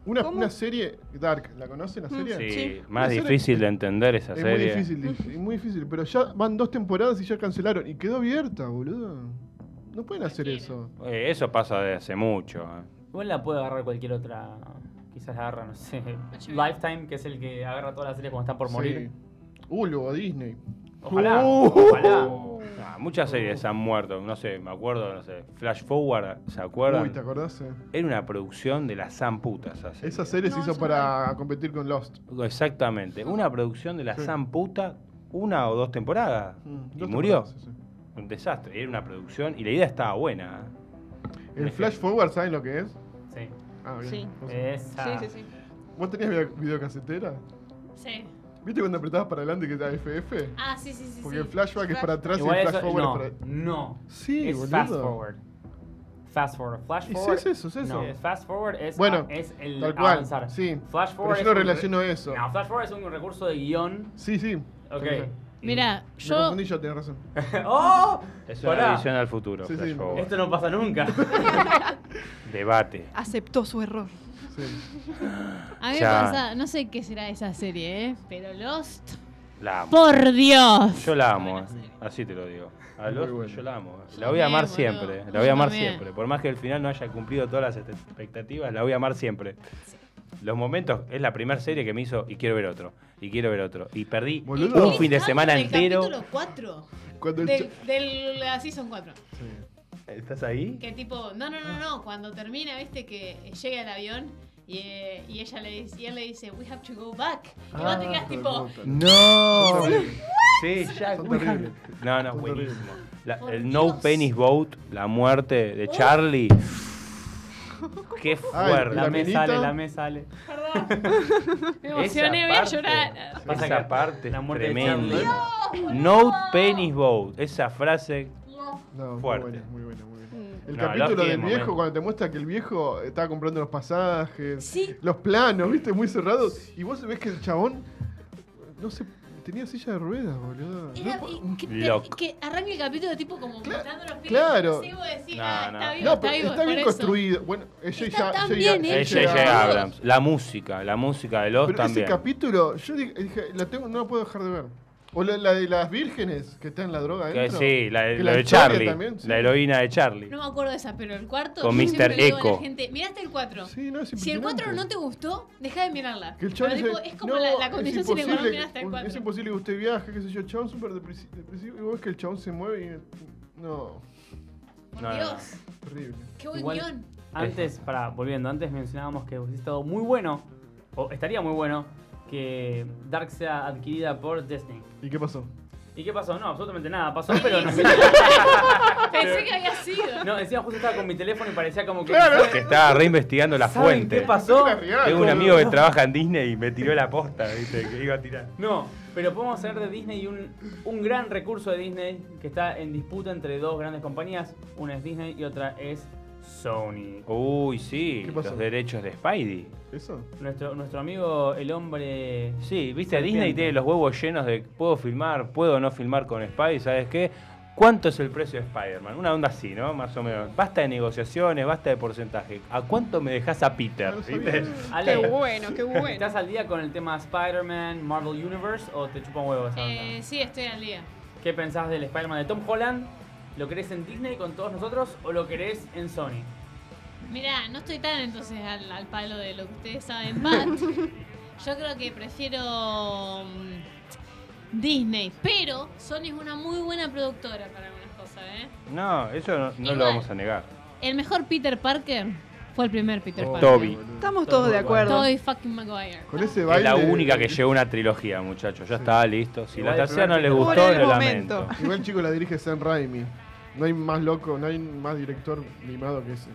Una, ¿Cómo? una serie Dark, ¿la conocen Mm. la serie? Sí, Sí. más Una serie- difícil de entender esa Es muy serie. difícil, di- es muy difícil, pero ya van dos temporadas y ya cancelaron. Y quedó abierta, boludo. No pueden hacer eso. Eh, eso pasa desde hace mucho. ¿eh? Igual la puede agarrar cualquier otra. Quizás la agarra, no sé. HBO. Lifetime, que es el que agarra todas las series cuando están por Sí. morir. Uh, luego Disney. Ojalá. Uh. Ojalá. Ah, muchas series han muerto, no sé, me acuerdo, no sé. Flash Forward, ¿se acuerdan? Uy, ¿te acordás? eh? Era una producción de las zamputas. Esa serie. Esa serie se No, hizo yo para competir con Lost. Exactamente. Una producción de la Sí. zamputa, una o dos temporadas. Mm, y dos murió. temporadas, sí, sí. Un desastre. Era una producción y la idea estaba buena. ¿eh? El Flash Forward, ¿saben lo que es? Sí. Ah, bien. Pues Sí. No sé. Esa. Sí, sí, sí. ¿Vos tenías video- videocasetera? Sí. ¿Viste cuando apretabas para adelante que era FF? Ah, sí, sí, sí. Porque sí. el flashback es para atrás Igual y el eso- flash forward no, es para. no. Sí, es boludo. fast forward. Fast forward. Flash Y sí, forward. es eso, es eso. No, fast forward es, Bueno, a- es el tal cual, avanzar. sí. Flash Pero forward yo es no un re- relaciono eso. No, flash forward es un recurso de guión. Sí, sí. Ok. Me Mira, yo... confundí yo, tenés razón. ¡Oh! Es una Pará. visión al futuro. Sí, Flash sí. Forward. Esto no pasa nunca. Debate. Aceptó su error. Sí. A mí me Ya. pasa, no sé qué será esa serie, ¿eh? Pero Lost... La amo. ¡Por Dios! Yo la amo, Buena eh. serie. así te lo digo. A Muy los, buena. yo la amo. eh. Yo La voy a amar también, boludo. siempre. La Yo voy a amar también. siempre. Por más que el final no haya cumplido todas las expectativas, la voy a amar siempre. Los momentos, es la primera serie que me hizo y quiero ver otro. Y quiero ver otro. Y perdí Boludo. un fin de semana entero. Capítulo 4 Cuando el del, cha- del- la season 4. sí. ¿Estás ahí? Que tipo, no, no, no, Ah. no. Cuando termina, viste que llega el avión y, eh, y ella le dice, y él le dice, we have to go back. Y vos te Ah, quedás tipo, puta. ¡No! Sí, ya. Son terribles. No, no, Son buenísimo. La- Por el Dios. No Penny's Boat, la muerte de Charlie. Qué fuerte. La La me minita. sale, la me sale. perdón. Me emocioné, Esa voy a parte. llorar. Pasa esa que parte la es muerte de tremenda. Chandler. No Penny's Boat. Esa frase. No, Fuerte. Muy buena, muy buena, muy buena. Mm. El No, Lost capítulo tiene del viejo, momentos. cuando te muestra que el viejo estaba comprando los pasajes, Sí. los planos, viste, muy cerrados. Y vos ves que el chabón. No sé, tenía silla de ruedas, boludo. Era- No po- y que, Loco. que arranca el capítulo tipo como Cla- mostrando los pies. claro. No sé, vos decís, No, ah, no. está vivo, No, está pero vivo. está es bien por eso. construido. Bueno, ella Está tan bien Es hecho. J.J. Ella- Abrams. La música, la música de Lost Pero ese también. capítulo, yo di- dije, la tengo, no la puedo dejar de ver. O la, la de las vírgenes que están en la droga Que adentro. sí, la, Que la de historia Charlie. también, sí. La heroína de Charlie. No me acuerdo de esa, pero el cuarto. Con yo Mr. siempre le digo a la Echo. gente, Mirá hasta el 4. Sí, no, es Si el 4 no impresionante. te gustó, deja de mirarla. Que el Pero, chabón tipo, dice, es como "No, la, la es condición sine qua non, imposible mirá hasta el que- 4. Es imposible que usted viaje, qué sé yo, el chabón súper depresi- depresivo. Y vos ves que el chabón se mueve y. No, Por No, no, no. Dios, terrible. qué buen Igual- guión. Antes, para, volviendo, antes mencionábamos que hubiese estado muy bueno, o estaría muy bueno, que Dark sea adquirida por Disney. ¿Y qué pasó? ¿Y qué pasó? No, absolutamente nada. Pasó, pero no. Pensé que había sido. No, encima justo estaba con mi teléfono y parecía como que. Claro. Que estaba reinvestigando la ¿Saben fuente. ¿Qué pasó? Era real, Tengo un boludo. amigo que trabaja en Disney y me tiró la posta, ¿viste? Que iba a tirar. No, pero podemos hacer de Disney un, un gran recurso de Disney que está en disputa entre dos grandes compañías. Una es Disney y otra es Sony. Uy, sí, ¿Qué pasó? los derechos de Spidey. ¿Eso? Nuestro, nuestro amigo, el hombre. Sí, viste, a Serpiente. Disney tiene los huevos llenos de puedo filmar, puedo no filmar con Spidey, ¿sabes qué? ¿Cuánto es el precio de Spider-Man? Una onda así, ¿no? Más o menos. Basta de negociaciones, basta de porcentaje. ¿A cuánto me dejas a Peter? No lo sabía. ¿Viste? Qué Ale, bueno, qué bueno. ¿estás al día con el tema Spider-Man, Marvel Universe o te chupan huevos? esa onda? Eh, sí, estoy al día. ¿Qué pensás del Spider-Man de Tom Holland? ¿Lo querés en Disney con todos nosotros o lo querés en Sony? Mirá, no estoy tan entonces al, al palo de lo que ustedes saben más. Yo creo que prefiero mm, Disney, pero Sony es una muy buena productora para algunas cosas, ¿eh? No, eso no, no lo Igual. vamos a negar. El mejor Peter Parker fue el primer Peter Oh. Parker. Toby. Estamos todos de acuerdo. Toby fucking Maguire. Con ese Es baile. la única que llegó a una trilogía, muchachos. Ya está, listo. Si Igual la el tercera no primer les Peter- gustó, Por el lo momento. lamento. Igual, chico, la dirige Sam Raimi. No hay más loco, no hay más director mimado que ese.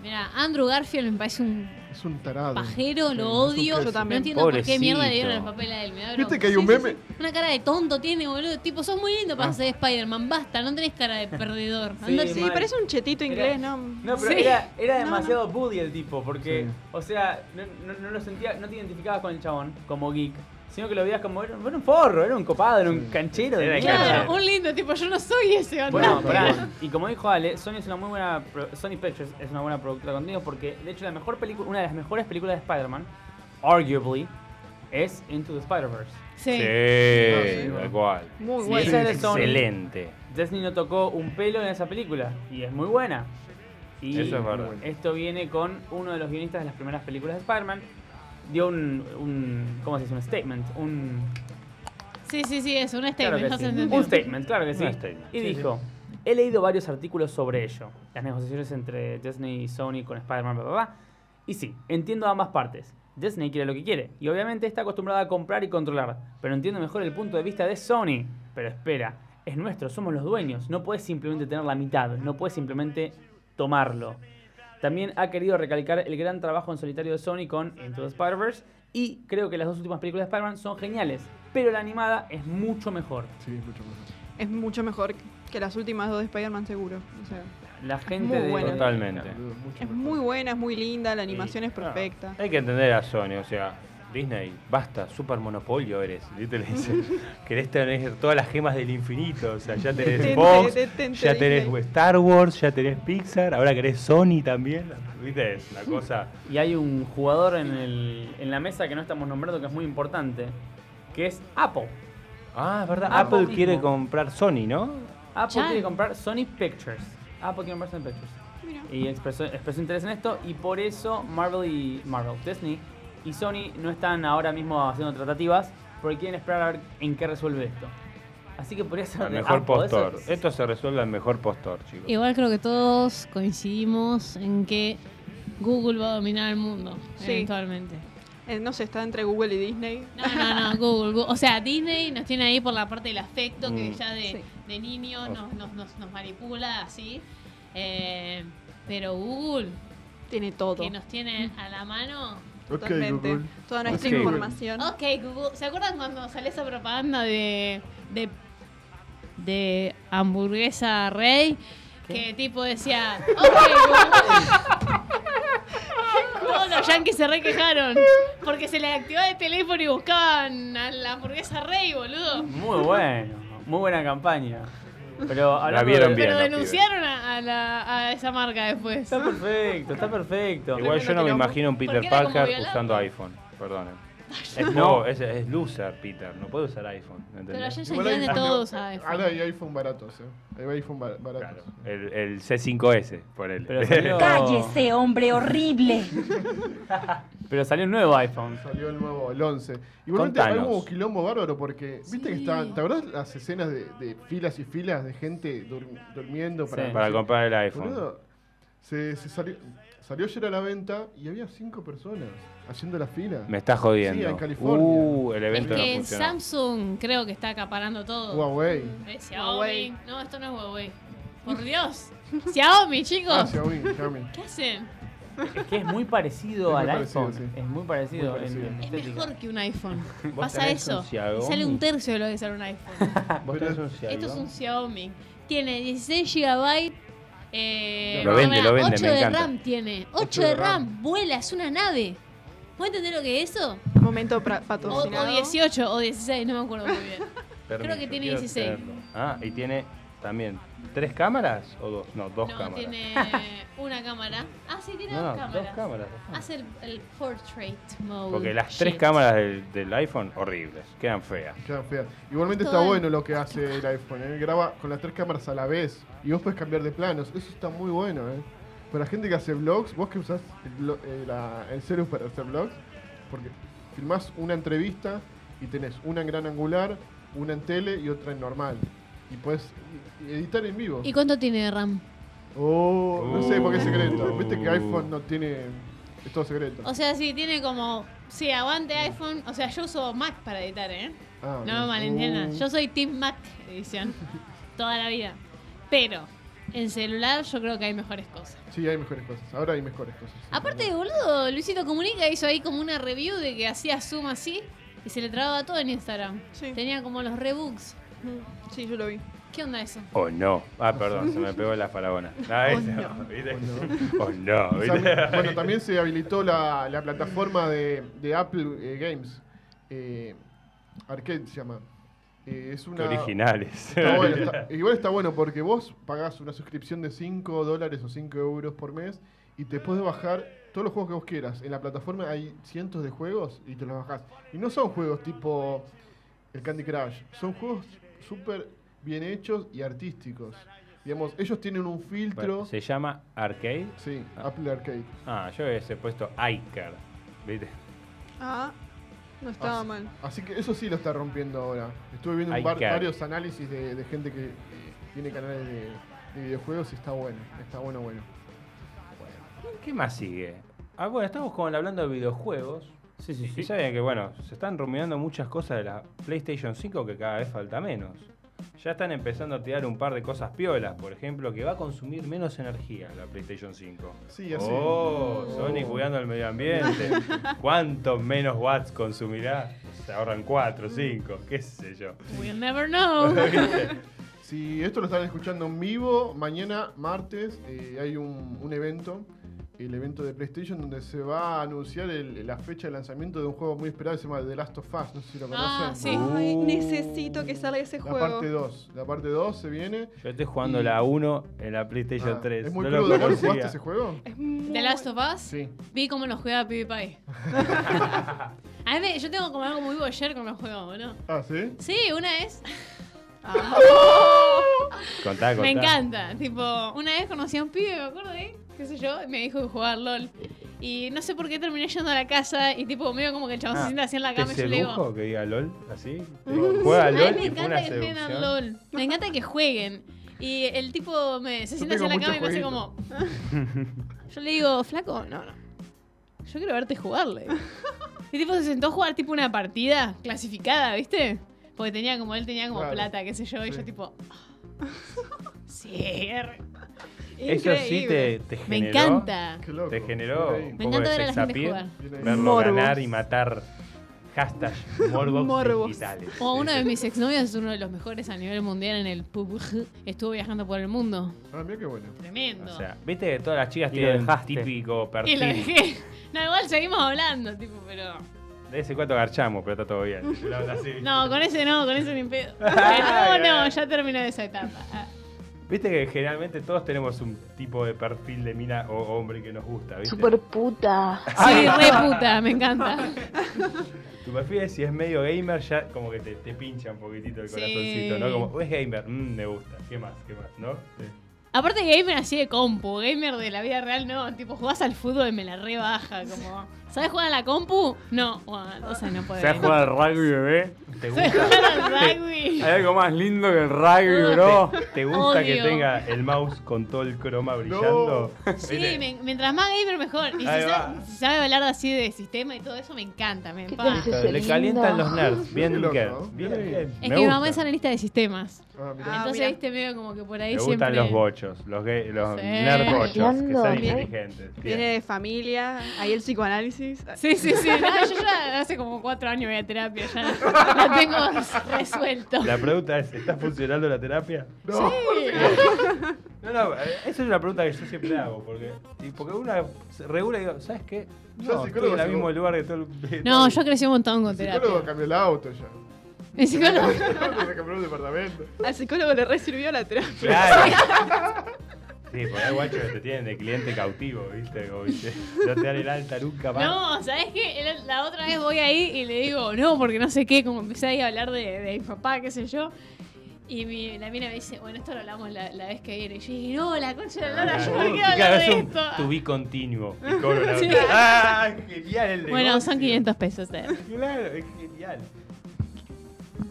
Mira, Andrew Garfield me parece un Es un tarado. pajero, lo Sí, es odio. un Yo queso. No también. entiendo por qué Pobrecito. mierda le dieron el papel a él. me da bronca. ¿Viste que hay un meme? Una cara de tonto tiene, boludo. Tipo, sos muy lindo para Ah. ser Spider-Man. Basta, no tenés cara de perdedor. Sí, Andá- Sí, mal. parece un chetito Era- inglés, ¿no? No, pero Sí. era, era No, demasiado Buddy el tipo, porque, Sí. o sea, no, no- no lo sentía, no te identificabas con el chabón como geek, sino que lo veías como, era, era un forro, era un copado, era un Sí. canchero Era de mierda. Claro, un lindo tipo, yo no soy ese Andrew. Bueno, No, pará. perdón. y como dijo Ale, Sony es una muy buena pro- Sony Pictures es una buena productora de contenido porque de hecho la mejor película, una de las mejores películas de Spider-Man, arguably, es Into the Spider-Verse. Sí. Sí, No, sí, tal cual. Muy Sí, bueno. esa es de Sony. Excelente. Disney no tocó un pelo en esa película y es muy buena. Y Eso es verdad. Esto viene con uno de los guionistas de las primeras películas de Spider-Man. Dio un, un. ¿Cómo se dice? Un statement. Un. Sí, sí, sí, es un Claro statement. que no sí. se entendió. Un statement, claro que sí. Un statement. Y dijo, he leído varios artículos sobre ello, las negociaciones entre Disney y Sony con Spider-Man, bla, bla, bla. Y sí, entiendo ambas partes. Disney quiere lo que quiere, y obviamente está acostumbrada a comprar y controlar, pero entiendo mejor el punto de vista de Sony. Pero espera, es nuestro, somos los dueños, no puedes simplemente tener la mitad, no puedes simplemente tomarlo. También ha querido recalcar el gran trabajo en solitario de Sony con Into the Spider-Verse, y creo que las dos últimas películas de Spider-Man son geniales, pero la animada es mucho mejor. Sí, es mucho más. Es mucho mejor que las últimas dos de Spider-Man, seguro. O sea, La gente Muy de- buena. Totalmente. boludo, mucho es mejor. muy buena, es muy linda, la animación Ah. es Sí, claro. perfecta. Hay que entender a Sony, o sea, Disney, basta, super monopolio eres. ¿viste? Le dice, querés tener todas las gemas del infinito, o sea, ya tenés Detente, Fox, detente, ya tenés Disney. Star Wars, ya tenés Pixar, ahora querés Sony también. ¿Viste? Es una cosa. Y hay un jugador en, el- en la mesa que no estamos nombrando que es muy importante, que es Apple. Ah, es verdad, Apple Apple quiere mismo. comprar Sony, ¿no? Apple Chan. quiere comprar Sony Pictures. Apple quiere comprar Sony Pictures. Mira. Y expresó, expresó interés en esto y por eso Marvel y Marvel, Disney y Sony no están ahora mismo haciendo tratativas porque quieren esperar a ver en qué resuelve esto. Así que podría ser Al de mejor Apple, postor. eso- Esto se resuelve al mejor postor, chicos. Igual creo que todos coincidimos en que Google va a dominar el mundo Sí. eventualmente. Eh, no sé, está entre Google y Disney. No, no, no, Google, Gu- O sea, Disney nos tiene ahí por la parte del afecto que Mm. ya de, Sí. de niños nos, nos, nos- nos manipula así. Eh, pero Google, Tiene todo. que nos tiene a la mano. Ok, Totalmente. Google. Toda nuestra Ok, Google. información. Ok, Google. ¿Se acuerdan cuando salió esa propaganda de. de. de hamburguesa rey? Que tipo decía. Ok, Google. Todos los yankees se re quejaron. Porque se les activaba el teléfono y buscaban a la hamburguesa rey, boludo. Muy bueno, muy buena campaña. Pero hablando vieron de- bien. Pero los denunciaron a, a la- a esa marca después. Está perfecto, está perfecto. Igual yo no me quilombo. imagino un Porque Peter era como Parker violado. usando iPhone, perdonen. Es, no, es, es loser, Peter. No puede usar iPhone. ¿entendés? Pero allá ya Igual hay- entiende ah, no, todos a iPhone. Ahora hay iPhone baratos, ¿eh? Hay iPhone ba- Claro, baratos. el, el C5S, por él. Pero salió, Cállese, hombre horrible. pero salió un nuevo iPhone. Salió el nuevo, el 11. Igualmente hay Contanos. un quilombo bárbaro porque, viste que Sí. estaban, ¿te acordás las escenas de, de filas y filas de gente dur- durmiendo para, Sí. para comprar el iPhone. Boludo, se, se salió, salió ayer a la venta y había cinco personas haciendo la fila. Me está jodiendo. Sí, en California. Uh, el Es evento que no funcionó. Samsung creo que está acaparando todo. Huawei. Eh, Huawei. Xiaomi. No, esto no es Huawei. Por Dios. Xiaomi, chicos. Ah, Xiaomi, Xiaomi. ¿Qué hacen? Es que es muy parecido Es muy al parecido, iPhone. sí. Es muy parecido, Muy en, parecido. en Es estética. mejor que un iPhone. Vos Pasa tenés eso. un Xiaomi. Y sale un tercio de lo que sale un iPhone. Vos tenés un Esto es Xiaomi. un Xiaomi. Tiene 16 GB. Eh, Lo vende, lo vende, 8 me de encanta. RAM tiene. 8, Ocho de de RAM. RAM. Vuela, es una nave. ¿Vos entendés lo que es eso? Momento pra- O, o patrocinado. 18 o 16, no me acuerdo muy bien. Permiso, Creo que tiene quiero 16. tenerlo. Ah, y tiene también tres cámaras o dos. No, dos no, cámaras. tiene una cámara. Ah, sí, tiene No, dos no, cámaras. dos cámaras. dos cámaras. Hace el, el portrait mode. Porque las tres shit. cámaras del, del iPhone, horribles. Quedan feas. Queda fea. Igualmente está Todo el- bueno lo que hace el iPhone. ¿eh? Graba con las tres cámaras a la vez y vos podés cambiar de planos. Eso está muy bueno. ¿eh? Para la gente que hace vlogs, vos que usás el, blo- eh, la- el celu para hacer vlogs, porque filmás una entrevista y tenés una en gran angular, una en tele y otra en normal. Y puedes editar en vivo. ¿Y cuánto tiene de RAM? Oh, no sé por qué es secreto. Oh. Viste que iPhone no tiene. Es todo secreto. O sea, sí, tiene como. Sí, aguante iPhone. O sea, yo uso Mac para editar, ¿eh? Ah, No me bien. malentiendan. Uh. Yo soy Team Mac edición. Toda la vida. Pero en celular yo creo que hay mejores cosas. Sí, hay mejores cosas. Ahora hay mejores cosas. Aparte, boludo, Luisito Comunica hizo ahí como una review de que hacía zoom así y se le trababa todo en Instagram. Sí. Tenía como los rebooks. Ujú. Sí, yo lo vi. ¿Qué onda eso? Oh no. Ah, perdón, se me pegó la faraona. Ah, No, eso, ¿viste? Oh no. O sea, ¿viste? bueno, también se habilitó la, la plataforma de, de Apple eh, Games. Eh, Arcade se llama. Eh, es Qué una. originales. Está bueno, está- igual está bueno porque vos pagás una suscripción de 5 dólares o 5 euros por mes y te puedes bajar todos los juegos que vos quieras. En la plataforma hay cientos de juegos y te los bajás. Y no son juegos tipo el Candy Crush, son juegos súper bien hechos y artísticos. Digamos, ellos tienen un filtro. Bueno, se llama Arcade. Sí, Apple Arcade. Ah, yo hubiese puesto Icar. ¿Viste? Ah, no estaba mal. Así que eso sí lo está rompiendo ahora. Estuve viendo un Hay par- que- varios análisis de, de gente que eh, tiene canales de, de videojuegos y está bueno. Está bueno, bueno. ¿Qué más sigue? Ah, bueno, estamos con hablando de videojuegos. Sí, sí, Y sí. saben que, bueno, se están rumiando muchas cosas de la PlayStation 5 que cada vez falta menos. Ya están empezando a tirar un par de cosas piolas, por ejemplo, que va a consumir menos energía la PlayStation 5. Sí, así. Oh, Sony cuidando el medio ambiente. ¿Cuántos menos watts consumirá? Se ahorran 4, 5, qué sé yo. We'll never know. Si esto lo están escuchando en vivo, mañana, martes, eh, hay un, un evento, el evento de PlayStation, donde se va a anunciar el- la fecha de lanzamiento de un juego muy esperado que se llama The Last of Us. No sé si lo conocen. Uh. Ah, sí. Ay, Uh. necesito que salga ese La juego. parte 2. La parte 2 se viene. Yo estoy jugando Y- la 1 en la PlayStation Ah, 3. Es muy no lo crudo, ¿no? conocía. ¿Jugaste ese juego? Es muy- The Last of Us. Sí. Vi cómo lo juega PewDiePie. A mí me- yo tengo como algo muy boyer con los juegos, boludo. Ah, ¿sí? Sí, una vez. Contá, contá. Me encanta. Tipo, una vez conocí a un pibe, me acuerdo, ¿eh? qué sé yo, y me dijo de jugar LOL. Y no sé por qué terminé yendo a la casa y tipo, medio como que el chabón se Ah, sienta así en la ¿Te cama y yo le digo. sedujo que diga LOL? ¿Así? Juega A LOL mí me y fue una encanta que jueguen a seducción. LOL. Me encanta que jueguen. Y el tipo me, se Yo sienta así en tengo la cama y me hace muchos como. Yo le digo, flaco, no, no. Yo quiero verte jugarle. Y el tipo se sentó a jugar tipo una partida clasificada, ¿viste? Porque tenía como, él tenía como Claro. plata, qué sé yo, y Sí. yo tipo. "Ah, Sí, arre. Eso sí te, Increíble. te generó. Me encanta. Qué loco. Te generó Viene ahí. un Me poco de encanta ver a la gente sexapil, jugar. Viene ahí. verlo Morbos. ganar y matar. Hashtag morbos, Morbos. digitales. O uno de mis exnovios es uno de los mejores a nivel mundial en el PUBG. Estuvo viajando por el mundo. Ah, mira qué bueno. Tremendo. O sea, viste que todas las chicas Y lo tienen un dejaste. típico y lo perfil. dejé. No, igual seguimos hablando, tipo, pero. De ese cuatro garchamos, pero está todo bien. Yo lo hablo así. No, con ese no, con ese ni en pedo. No, no, ya terminó esa etapa. Ah. Viste que generalmente todos tenemos un tipo de perfil de mina o hombre que nos gusta, ¿viste? Super puta. Sí, re puta, me encanta. Tu perfil es si es medio gamer, ya como que te, te pincha un poquitito el Sí. corazoncito, ¿no? Como, "Oh, es gamer, mm, me gusta, ¿qué más? ¿Qué más? ¿No? Sí. Aparte gamer así de compu, gamer de la vida real no, tipo jugás al fútbol y me la rebaja, como ¿sabes jugar a la compu? No, bueno, entonces no puede. ¿Sabes jugar al rugby, bebé? ¿Te ¿Sabés gusta, jugar al rugby? Hay algo más lindo que el rugby, bro. te gusta que Odio. tenga el mouse con todo el croma brillando? Sí, ¿Viste? me- mientras más gamer mejor. Y si Ahí sabe, va. si sabe hablar así de sistema y todo eso, me encanta, me ¿Qué encanta. clase? Le calientan Lindo. los nerds, bien Qué loco, nerd, ¿no? bien, bien. Es Me que mi mamá gusta. es analista de sistemas. Ah, mirá. Ah, Entonces, mira. viste, medio como que por ahí Me siempre. gustan los bochos, los, gay- los Sí. nerd bochos, que Mirando. son Bien. inteligentes. bien. Viene de familia, ahí el psicoanálisis. Sí, sí, sí. No, yo ya hace como cuatro años voy a terapia, ya lo tengo resuelto. La pregunta es, ¿está funcionando la terapia? No, No, no, eh, esa es una pregunta que yo siempre hago, porque, y porque una se regula y digo, ¿sabes qué? Ya No, estoy psicólogo en el llegó. mismo lugar que todo el... de No, todo- yo crecí un montón con el psicólogo terapia. cambió el auto ya. El psicólogo. El auto se cambió el departamento. Al psicólogo le re sirvió la terapia. Claro. Sí, porque hay guachos que te tienen de cliente cautivo, ¿viste? Como, ¿viste? No te dan el alta nunca más. No, ¿sabes qué? El- La otra vez voy ahí y le digo, no, porque no sé qué, como empecé ahí a hablar de, de mi papá, qué sé yo. Y mi, la mina me dice, bueno, esto lo hablamos la, la vez que viene. Y yo dije, no, la concha de la lora, yo no Y quiero Ah, claro, hablar es de un esto. to be continuo. Y cobro la Sí. ¡Ah! Genial el Bueno, son negocio. 500 pesos. eh. Claro, es genial.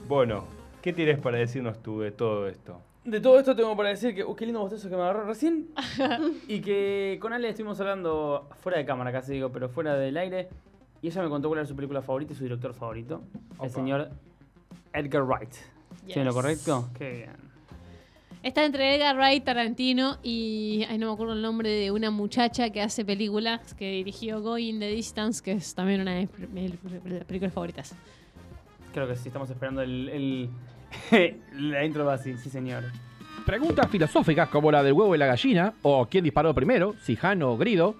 Bueno, ¿qué tienes para decirnos tú de todo esto? De todo esto tengo para decir que, uh, qué lindo bostezo que me agarró recién. y que con Ale estuvimos hablando fuera de cámara, casi digo, pero fuera del aire. Y ella me contó cuál era su película favorita y su director favorito, el señor Edgar Wright. ¿Tiene lo Yes. correcto? Qué bien. Está entre Edgar Wright, Tarantino y. Ay, no me acuerdo el nombre de una muchacha que hace películas que dirigió Going the Distance, que es también una de mis pr- mis pr- películas favoritas. Creo que sí, estamos esperando el. el la intro va así, sí, señor. Preguntas filosóficas como la del huevo y la gallina, o quién disparó primero, si Han o Grido.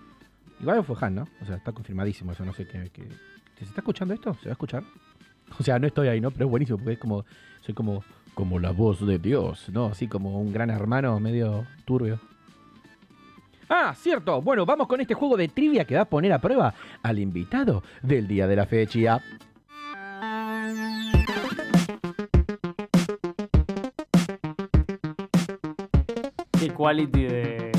Igual fue Han, ¿no? O sea, está confirmadísimo eso, no sé qué. qué- ¿Se está escuchando esto? ¿Se va a escuchar? O sea, no estoy ahí, ¿no? Pero es buenísimo porque es como. Soy como. Como la voz de Dios, ¿no? Así como un gran hermano medio turbio. Ah, cierto. Bueno, vamos con este juego de trivia que va a poner a prueba al invitado del día de la fecha. Qué quality de.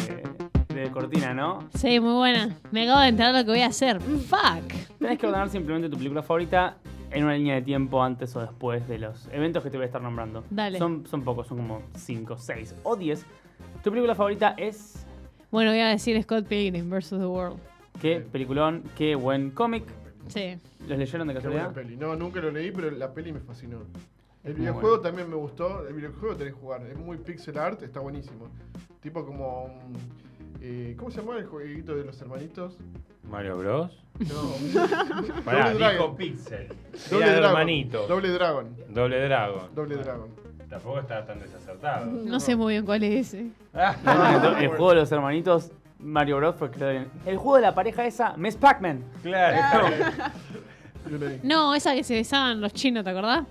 de cortina, ¿no? Sí, muy buena. Me acabo de enterar lo que voy a hacer. ¡Fuck! Tenés que ordenar simplemente tu película favorita en una línea de tiempo antes o después de los eventos que te voy a estar nombrando. Dale. Son, son pocos, son como 5, 6 o 10. Tu película favorita es. Bueno, voy a decir Scott Pilgrim vs. The World. Qué peliculón, qué buen cómic. Sí. ¿Los leyeron de Qué buena casualidad? peli. No, nunca lo leí, pero la peli me fascinó. El videojuego también me gustó. El videojuego tenés que jugar. Es muy pixel art, está buenísimo. Tipo como. mm, eh, ¿Cómo se llamaba el jueguito de los hermanitos? Mario Bros. No. Pará, Double dijo Dragon. Pixel. Era Doble Dragon. hermanito. Doble, Doble Dragon. Dragon. Doble Dragon. Tampoco está tan desacertado. No sé muy bien cuál es ese. Ah, No, Ah, el juego de los hermanitos Mario Bros. fue creado en- El juego de la pareja esa, Miss Pac-Man. Claro. Yo lo leí. No, esa que se besaban los chinos, ¿te acordás?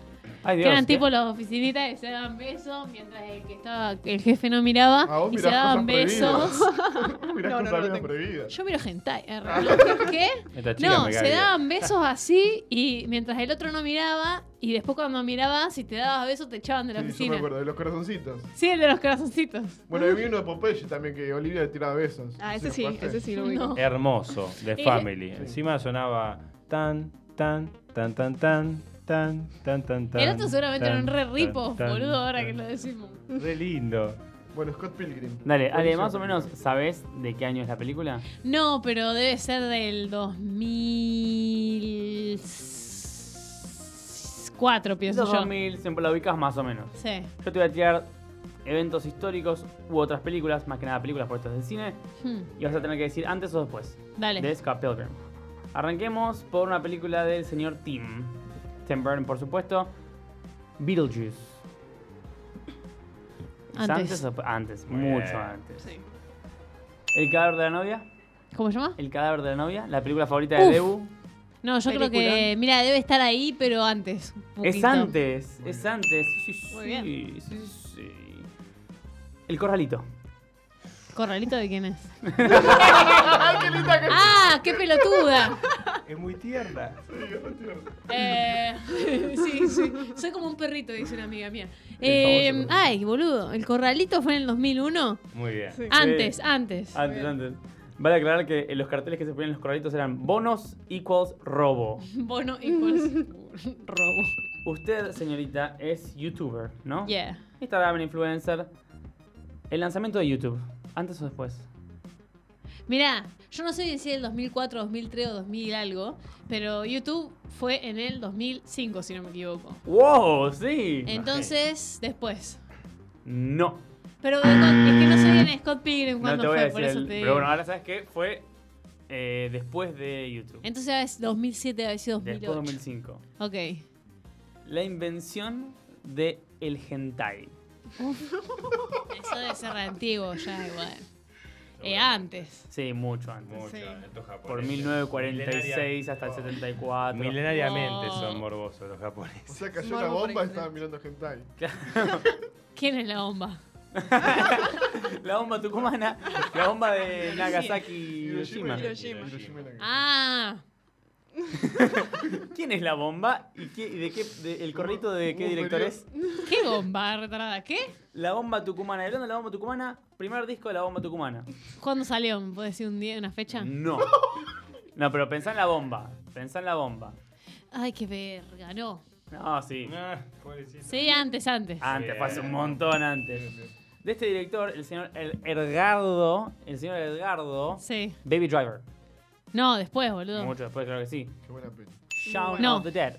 Ay, Que Dios. eran ¿qué? tipo los oficinitas que se daban besos mientras el que estaba, el jefe no miraba Ah, vos y se mirás daban cosas besos. prohibidas. Mirás No, no, cosas no lo bien tengo. prohibidas. Yo miro hentai. eh, ¿Qué? Esta chica No, me cae se bien. daban besos así y mientras el otro no miraba y después cuando miraba, si te dabas besos te echaban de la Sí, yo me oficina. acuerdo, de los corazoncitos. Sí, el de los corazoncitos. Bueno, vi uno de Popeye también que Olivia le tiraba besos. Ah, ese lo sí, jugaste? ese sí lo No. ubico. Hermoso, de Eh. Family. Encima sonaba tan, tan, tan, tan, tan, tan, tan, tan, tan. el otro seguramente tan, era un re tan, ripos, tan, boludo, ahora tan. que lo decimos. Re lindo. Bueno, Scott Pilgrim. Dale, Ale, Buenísimo. más o menos, ¿sabés de qué año es la película? No, pero debe ser del 2004, pienso yo. 2000, siempre la ubicas más o menos. Sí. Yo te voy a tirar eventos históricos u otras películas, más que nada películas por esto es del cine, Hmm, y vas a tener que decir antes o después Dale. de Scott Pilgrim. Arranquemos por una película del señor Tim. Tim Burton, por supuesto. Beetlejuice. ¿Es Antes. Eh, o- antes, Muy mucho bien. antes. Sí. El cadáver de la novia. ¿Cómo se llama? El cadáver de la novia. La película favorita de Uf. Debu. No, yo creo que, Peliculón. mira, debe estar ahí, pero antes. un Es poquito. antes, es antes. Sí, sí, Muy sí, bien. sí, sí. El corralito. ¿Corralito de quién es? ¡Ay, qué linda que ¡Ah! ¡Qué pelotuda! Es muy tierna. Eh, sí, sí. Soy como un perrito, dice una amiga mía. El Eh, famoso perrito. ay, boludo. ¿El corralito fue en el 2001? Muy bien. Sí. Antes, antes. Antes, antes. Vale aclarar que eh, los carteles que se ponían en los corralitos eran bonos equals robo. Bono equals robo. Usted, señorita, es youtuber, ¿no? Yeah. Instagram influencer. El lanzamiento de YouTube, antes o después. Mirá, yo no sé bien si es el 2004, 2003 o 2000 algo, pero YouTube fue en el 2005, si no me equivoco. ¡Wow! Sí. Entonces, después. No. Pero de Scott- es que no sé bien Scott Pilgrim No cuándo te voy a fue, decir. por eso el- te Pero digo. bueno, ahora sabes que fue eh, después de YouTube. Entonces es 2007, a veces Después 2008. 2005. Ok. La invención de el hentai. Eso debe ser re antiguo ya, igual. Eh, antes. Sí, mucho antes. Mucho, Sí. estos japoneses. Ah, Por 1946 hasta el 74. Milenariamente Oh. son morbosos los O japoneses. sea, cayó Morbo la por bomba y internet. estaba mirando hentai. ¿Quién es la bomba? La bomba tucumana, la bomba de Nagasaki y Hiroshima. Hiroshima. Hiroshima. Hiroshima y Nagasaki. Ah, ¿Quién es la bomba y, qué- y de qué de- el corrito de qué Un director es? qué bomba retardada. ¿Qué? La bomba tucumana. Hablando de la bomba tucumana, primer disco de la bomba tucumana. ¿Cuándo salió? ¿Me puedes decir un día, una fecha? No. No, pero pensá en la bomba. Pensá en la bomba. Ay, qué verga, no. No, sí. Ah, pobrecito. Sí, antes, antes. Antes, Bien. fue hace un montón antes. De este director, el señor el Edgardo, el señor Edgardo, Sí. Ah. Baby Driver. No, después, boludo. Mucho después, claro que sí. Qué buena peli. Shaun No. of the Dead.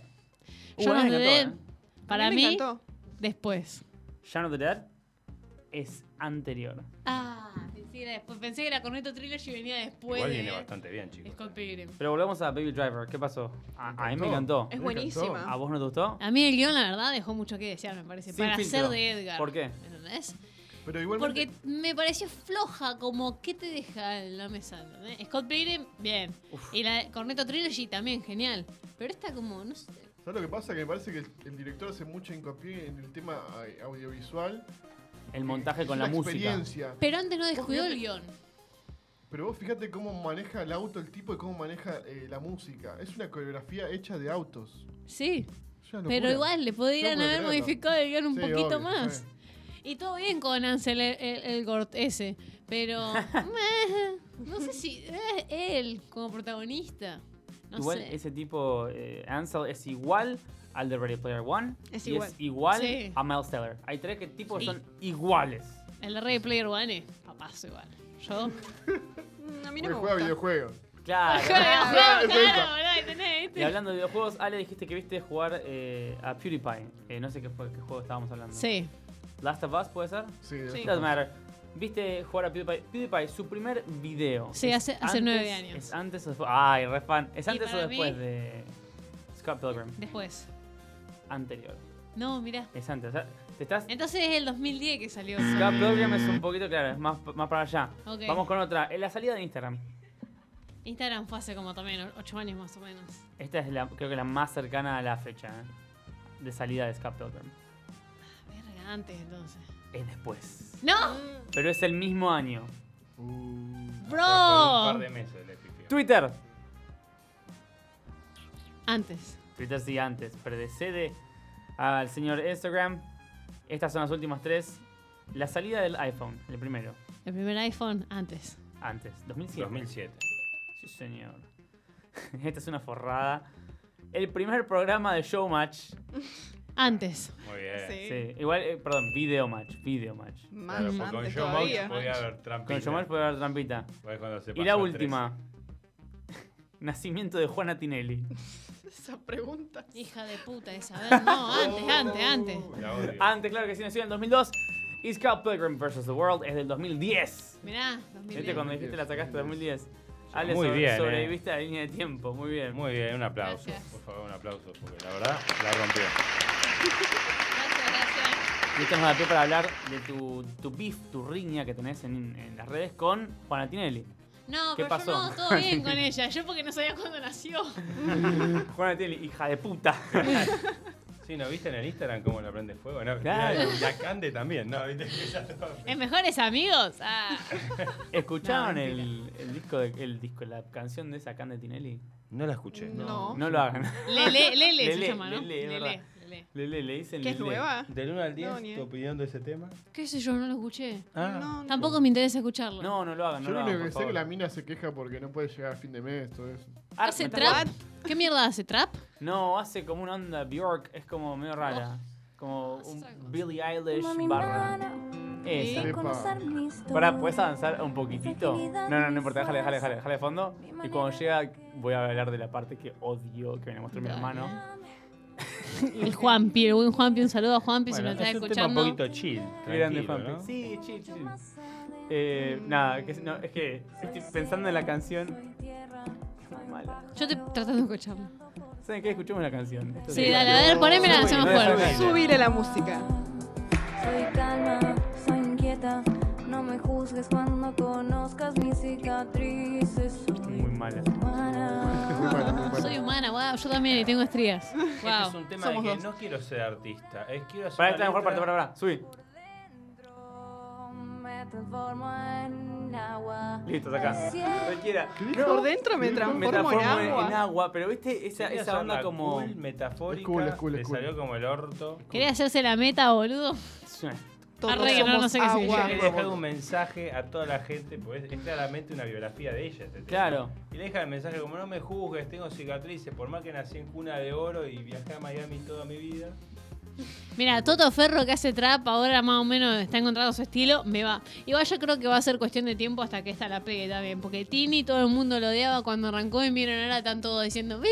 Shaun a mí me of the encantó, Dead. ¿eh? Para me mí, encantó. después. Shaun of the Dead es anterior. Ah, pensé que era después. Pensé que era Corneto Trilogy venía después Igual de viene bastante bien, chicos. Scott Pilgrim. Pero volvemos a Baby Driver. ¿Qué pasó? A, a mí me encantó. Es Me encantó. Ah, ¿A buenísima. vos no te gustó? A mí el guión, la verdad, dejó mucho que desear, me parece. Sin para filtro. ser de Edgar. ¿Por qué? ¿Entendés? Pero igualmente. Porque me pareció floja, como ¿qué te deja en la mesa? ¿entendés? Scott Pilgrim, bien. Y la de Corneto Trilogy también, genial. Pero esta como, no sé. ¿Sabes lo que pasa? Que me parece que el, el director hace mucho hincapié en el tema eh, audiovisual. El montaje con Es la una música. experiencia. Pero antes no descuidó fíjate- el guión. Pero vos fíjate cómo maneja el auto el tipo y cómo maneja eh, la música. Es una coreografía hecha de autos. Sí, Es una pero locura. igual le podrían No puedo haber creerlo. modificado el guión un Sí, poquito obvio, más. sí. Y todo bien con Ansel el, el- el Gort ese, pero meh, no sé si eh, él como protagonista. No igual sé. ese tipo, eh, Ansel, es igual al de Ready Player One. Es y igual. es igual Sí. a Miles Teller. Hay tres que tipos Sí. son iguales. El de Ready Player One es papazo igual. Yo. Mm, A mí no Porque me juega gusta. videojuegos. Claro. claro, es esa. boludo, ahí tenés, ¿viste? y hablando de videojuegos, Ale, dijiste que viste jugar eh, a PewDiePie. Eh, no sé qué, fue, qué juego estábamos hablando. Sí. Last of Us, ¿puede ser? Sí, de Sí. Doesn't matter. ¿Viste jugar a PewDiePie? PewDiePie, su primer video. Sí, ¿es hace- hace nueve años. ¿Es antes o después? Ay, re fan. ¿Es Y antes o para después mí- de Scott Pilgrim? Después. Anterior. No, mirá. Es antes. O sea, te estás... Entonces es el 2010 que salió. Scott Pilgrim es un poquito, claro, es más, más para allá. Ok. Vamos con otra. En la salida de Instagram. Instagram fue hace como también 8 años más o menos. Esta es la, creo que la más cercana a la fecha ¿eh? de salida de Scott Pilgrim. Verga, antes entonces. Es después. ¡No! Pero es el mismo año. ¡Bro! Por un par de meses le pifió. Twitter. Antes. Twitter sí antes. Predecede al señor Instagram. Estas son las últimas tres. La salida del iPhone, el primero. El primer iPhone antes. Antes, 2007. 2007. Sí, señor. Esta es una forrada. El primer programa de Showmatch. Antes. Muy bien. Sí. Sí, igual, eh, perdón, Videomatch. Videomatch. Más Claro, porque con antes Showmatch todavía. podía haber trampita. Con Showmatch puede haber trampita. Fue cuando se Y pasó la a tres. última. Nacimiento de Juana Tinelli. Esa pregunta. Hija de puta esa. A ver, no, antes, antes, antes. La odio. Antes, claro que sí, nació en el 2002. Y Scott Pilgrim vs. The World es del 2010. Mirá, Viste 2010. Este cuando dijiste la sacaste 2010. Ale, Muy sobre- bien, eh. sobreviviste a la línea de tiempo. Muy bien. Muy bien, un aplauso. Gracias. Por favor, un aplauso, porque la verdad la rompió. Gracias, gracias. Y esto nos da pie para hablar de tu, tu beef, tu riña que tenés en, en las redes con Juana Tinelli. No, ¿Qué pero pasó? yo no, todo bien con ella. Yo porque no sabía cuándo nació. Juana Tinelli, hija de puta. Sí, ¿no viste en el Instagram cómo lo prende fuego? No, Claro. Y a Cande también, ¿no? ¿Viste? Que ya lo- ¿Es mejores amigos? Ah. ¿Escucharon No, el, el disco, de, el disco, la canción de esa Can de Tinelli? No la escuché. No. No lo hagan. Lele, Lele se Lele, llama, ¿no? Lele, es Lele, verdad. Lele. Lele, le dicen ¿Qué es Lele. nueva? Del 1 al 10, No, ni tu idea. opinión de ese tema. ¿Qué sé yo? No lo escuché. No, no. Tampoco me interesa escucharlo. No, no lo hagan, no Yo lo lo hagan, por único que sé es que favor. la mina se queja porque no puede llegar a fin de mes, todo eso. Ah, ¿Hace ¿me estás trap? ¿Qué mierda hace? ¿Trap? No, hace como una onda Bjork, es como medio rara. Como Hace un otra cosa. Billie Eilish barra. pues, Esa. Sí. Pará, ¿puedes avanzar un poquitito? No, no, no importa, déjale, déjale, déjale, déjale de fondo. Y cuando llega, voy a hablar de la parte que odio que me la mostró mi Dale. hermano. El Juanpi, el buen Juanpi, un saludo a Juanpi si Bueno, nos está es un escuchando. tema un poquito chill. Grande tranquilo, fanfic. ¿no? Sí, chill, chill. Eh, nada, que, no, es que estoy pensando en la canción. Qué mala. Yo estoy tratando de escucharlo. ¿Saben qué? Escuchemos la canción. Esto Sí, es- dale, a ver, poneme la Sube, canción más no es fuerte. horrible. Subile la música. Soy calma, soy inquieta. No me juzgues cuando conozcas mis cicatrices. Soy Muy mala. humana. Muy bueno, muy bueno. Soy humana, wow, yo también y tengo estrías. Este es Wow. un tema Somos de que dos. no quiero ser artista. Es quiero hacer Pará, una esta es la mejor parte, letra- pará, pará. Subí. Dentro me transformo en agua. Listo, está acá. Cualquiera. Por dentro me Me transformo en transformo en, en agua. agua, pero viste esa, Quería esa hacerla onda como. cool, metafórica. Es cool, es cool, es le cool. salió como el orto. ¿Quería hacerse la meta, boludo? Es una- Todos Arre, que no, no somos sé qué Ella agua. quiere dejar un mensaje a toda la gente, porque es, es claramente una biografía de ella. este tema. Claro. Y le deja el mensaje como no me juzgues, tengo cicatrices, por más que nací en cuna de oro y viajé a Miami toda mi vida. Mira, Toto Ferro que hace trap ahora más o menos está encontrando su estilo, me va. Igual yo creo que va a ser cuestión de tiempo hasta que esta la pegue también, porque Tini todo el mundo lo odiaba cuando arrancó y miren ahora están todos diciendo ¡Mi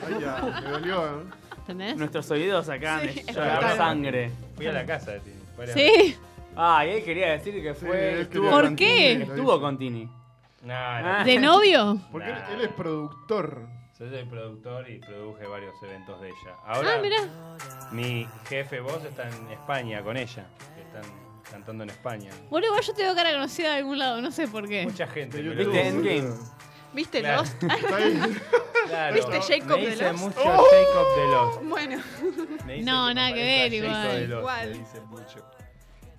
labio de fresa! Ay, ya, me dolió, ¿eh? ¿Entendés? Nuestros oídos acá Sí, de es llorar total. sangre. Fui a la casa de ti. varias veces. Sí, Ah, y él quería decir que fue. él estuvo quería- ¿Por qué? lo Estuvo hizo. con Tini. No, no, Ah. de novio. Porque él, él es productor. Yo soy productor y produje varios eventos de ella. Ahora ah, mirá. mi jefe voz está en España con ella. que Están cantando en España. Boludo, igual yo tengo cara conocida de algún lado, no sé por qué. Mucha gente. de me lo YouTube, ¿Viste dice. Endgame? boludo. ¿Viste Claro. Lost? Está ahí. Claro. ¿Viste Jacob me de dice Lost? mucho Jacob de Lost. Bueno, Me dice No, me nada que parezco a ver, Jacob igual. de Lost, Igual. me dice mucho.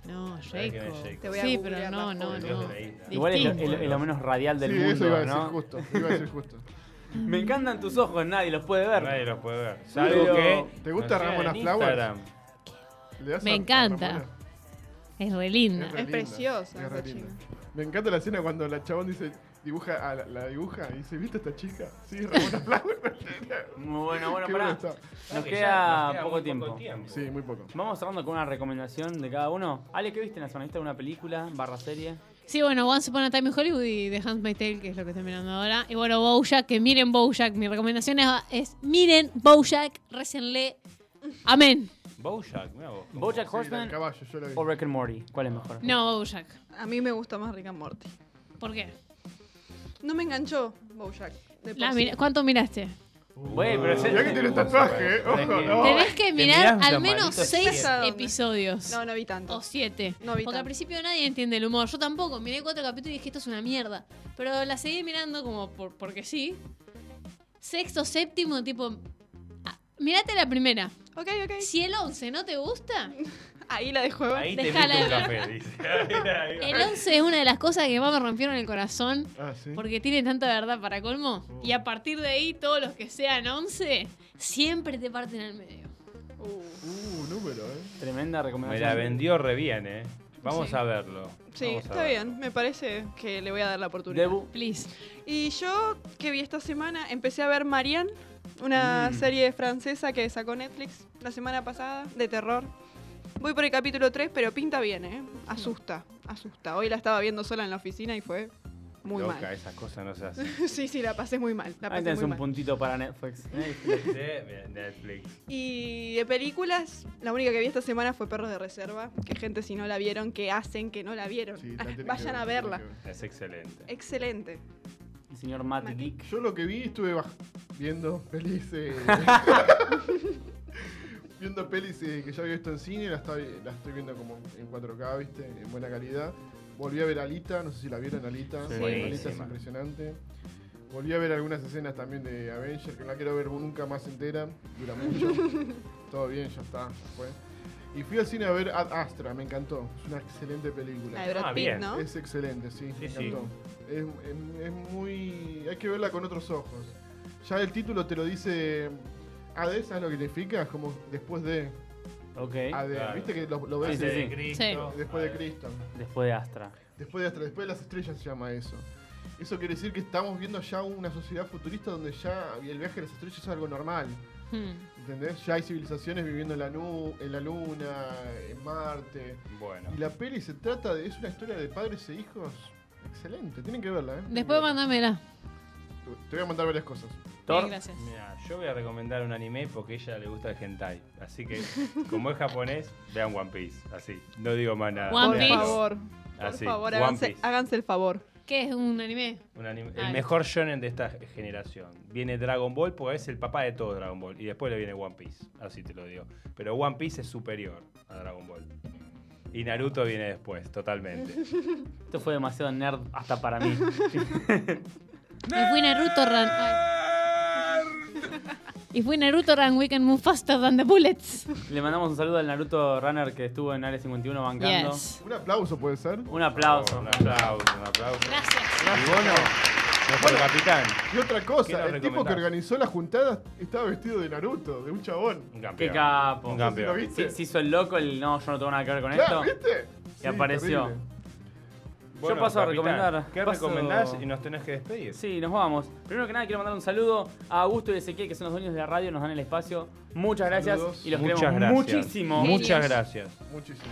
No, Sabe que no es Jacob. Jacob. Te voy a Sí, pero googlear no, la no, foto. no. Dios Igual es lo, es lo- Distinto. es lo menos radial del sí, mundo, eso iba a decir ¿no? justo. Iba a decir justo. Me encantan tus ojos, nadie los puede ver. Nadie los puede ver. Salvo Pero- que. ¿Te gusta nos sigan Ramona en Flowers? Instagram. ¿Le das Me a- a encanta. Ramona? Es re linda. re Es linda, preciosa es re esa linda. chica. Me encanta la escena cuando la chabón dice, dibuja a la, la dibuja y dice, ¿viste esta chica? Sí, es Ramona Flowers. Muy bueno, bueno, Qué pará. bueno está. Nos Sabe que ya queda nos poco muy tiempo. Sí, muy poco. Vamos cerrando con una recomendación de cada uno. Ale, ¿qué viste en la semana? ¿Viste alguna película, barra serie? Sí, bueno, Once Upon a Time in Hollywood y The Handmaid's Tale, que es lo que estoy mirando ahora. Y bueno, Bojack, que miren Bojack. Mi recomendación es, es miren Bojack, récenle. Amén. Bojack, mira vos. ¿Bojack Sí, la del Horseman caballo, yo lo vi. o Rick and Morty? ¿Cuál es mejor? No, Bojack. A mí me gusta más Rick and Morty. ¿Por qué? No me enganchó Bojack. de por La sí. Ah, mira- ¿Cuánto miraste? Güey, pero ese- Mirá que tiene tatuaje, eh. Ojo, no. Tenés que te mirar mirás al los menos malditos seis siete. episodios. No, no vi tanto. O siete. No vi Porque al tanto. principio nadie entiende el humor. Yo tampoco. Miré cuatro capítulos y dije, esto es una mierda. Pero la seguí mirando como por, porque sí. Sexto, séptimo, tipo... ah, Mirate la primera. Ok, ok. Si el 11 no te gusta, Ahí la dejo. Ahí te Dejala invito un de café, dice. Ahí, ahí. el 11 es una de las cosas que más me rompieron el corazón. Ah, sí. Porque tiene tanta verdad para colmo. Y a partir de ahí, todos los que sean 11, siempre te parten al medio. Uh, número, eh. Tremenda Me recomendación. la vendió re bien, eh. Vamos Sí. a verlo. Sí, Vamos a está verlo. bien. Me parece que le voy a dar la oportunidad. Debu. Please. Y yo, que vi esta semana, empecé a ver Marianne, una serie francesa que sacó Netflix la semana pasada, de terror. Voy por el capítulo 3, pero pinta bien, ¿eh? Asusta, asusta. Hoy la estaba viendo sola en la oficina y fue muy Loca, mal. esas cosas no se hacen. sí, sí, la pasé muy mal. La Ahí pasé tenés muy un mal. puntito para Netflix. ¿eh? De de Netflix. Y de películas, la única que vi esta semana fue Perros de Reserva, que gente si no la vieron, que hacen que no la vieron. Sí, la tenés que Ah, Vayan ver, a la tenés verla. que ver. Es excelente. Excelente. El señor Matt Mati. Geek. Yo lo que vi estuve baj- viendo pelis. eh, viendo pelis eh, que ya había visto en cine, la, estaba- la estoy viendo como en 4K, ¿viste? En buena calidad. Volví a ver Alita, no sé si la vieron Alita. Sí. Alita es Buenísima. impresionante. Volví a ver algunas escenas también de Avenger que no la quiero ver nunca más entera. Dura mucho. Todo bien, ya está. ya fue. Y fui al cine a ver Ad Astra, me encantó. Es una excelente película. La de Brad Ah, Pitt, bien. ¿no? Es excelente, sí, me sí. encantó. Es, es- es muy. Hay que verla con otros ojos. Ya el título te lo dice. AD, ¿sabes lo que significa? Es como después de. Ok. AD, Claro. ¿viste que lo, lo Sí, ves? sí, en- sí. Cristo. Sí. Después de Cristo. Después de Astra. Después de Astra, después de las estrellas se llama eso. Eso quiere decir que estamos viendo ya una sociedad futurista donde ya el viaje a las estrellas es algo normal. Hmm. ¿Entendés? Ya hay civilizaciones viviendo en la, nu- en la Luna, en Marte. Bueno. Y la peli se trata de. Es una historia de padres e hijos. Excelente, tienen que verla, ¿eh? Después mándamela. Te- Te voy a mandar varias cosas. Bien, gracias. Mira, yo voy a recomendar un anime porque a ella le gusta el hentai. Así que, como es japonés, vean One Piece. Así, no digo más nada. Por veanlo. favor. Por Así, favor, Ah, One háganse, Piece. háganse el favor. ¿Qué es un anime? Un anime- Ah, el mejor shonen de esta generación. Viene Dragon Ball porque es el papá de todo Dragon Ball. Y después le viene One Piece, así te lo digo. Pero One Piece es superior a Dragon Ball. Y Naruto viene después, totalmente. Esto fue demasiado nerd hasta para mí. Y fue Naruto Run. Y fue Naruto Run, we can move faster than the bullets. Le mandamos un saludo al Naruto Runner que estuvo en Área 51 bancando. Yes. Un aplauso puede ser. Un aplauso. Un aplauso, un aplauso. Gracias. Y Bono, nuestro Bueno. capitán. Y otra ¿Qué cosa, nos el tipo que recomendás? organizó las juntadas estaba vestido de Naruto, de un chabón. Un Qué campeón. capo. Un campeón. Se- Se, hizo el loco, el no, yo no tengo nada que ver con Claro, esto. ¿viste? Y Sí, apareció. terrible. Bueno, Yo paso a capitán, recomendar. ¿Qué Paso- recomendás? Y nos tenés que despedir. Sí, nos vamos. Primero que nada, quiero mandar un saludo a Augusto y Ezequiel, que son los dueños de la radio, nos dan el espacio. Muchas gracias Saludos. y los Muchas queremos gracias. muchísimo. Muchas gracias. Muchísimo.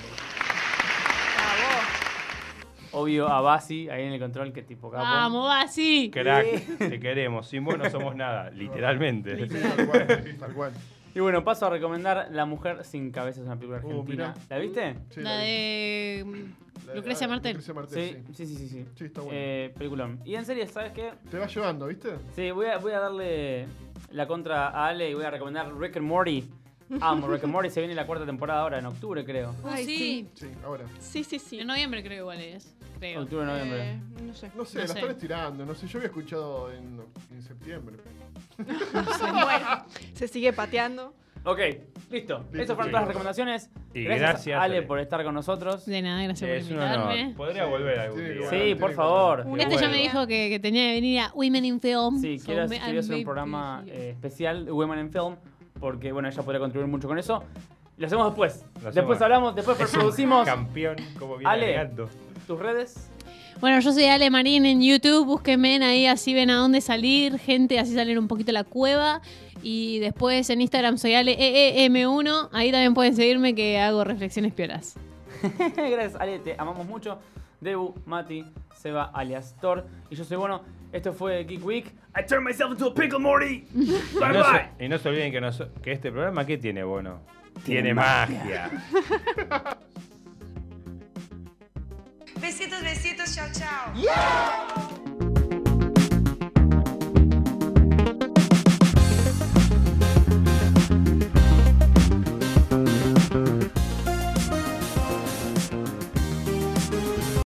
Obvio a Basi, ahí en el control, que tipo capo. Vamos, va así. Crack, te queremos. Sin vos no somos nada, literalmente. Tal cual, sí, tal cual. Y bueno, paso a recomendar La Mujer Sin Cabeza, es una película Oh, argentina. mirá. ¿La viste? Sí, La de la mm, de- Lucrecia ah, Martel. Lucrecia Sí, Martel, sí. sí, sí, sí. sí. Sí, está bueno. Eh, peliculón. Y en serie, ¿sabes qué? Te vas llevando, ¿viste? Sí, voy a, voy a darle la contra a Ale y voy a recomendar Rick and Morty. Amo Rick and Morty, se viene la cuarta temporada ahora, en octubre creo. Uh, Ay, sí. Sí, ahora. Sí, sí, sí. En noviembre creo igual es. Creo. Octubre, noviembre. Eh, no sé. No sé, No la sé. están estirando, no sé, yo había escuchado en, en septiembre. Bueno, se sigue pateando. Ok, listo. Listo, Estas fueron chicos. todas las recomendaciones. Y gracias, gracias, Ale, Ale. por estar con nosotros. De nada, gracias Es por un honor. invitarme. Podría volver algún Sí, día. bueno, Sí, tiene por que favor. volver. Una Este Bueno. ya me dijo que, que tenía que venir a Women in Film. Sí, so quiero, me- quiero hacer un I'm programa very eh, especial de Women in Film porque, bueno, ella podría contribuir mucho con eso. Lo hacemos después. Lo hacemos. después hablamos, después Es un producimos Campeón, como viene Ale. agregando. tus redes. Bueno, yo soy Ale Marín en YouTube, búsquenme en ahí, así ven a dónde salir, gente, así salen un poquito la cueva. Y después en Instagram soy Ale E EEM1, ahí también pueden seguirme que hago reflexiones piolas. Gracias, Ale, te amamos mucho. Debu, Mati, Seba, alias Thor. Y yo soy bueno. Esto fue Geek Week. I turned myself into a pickle, Morty. Y bye no, bye. se, y no se olviden que, nos- que este programa, ¿qué tiene, Bono? Tiene magia. Besitos, besitos, chao, chao.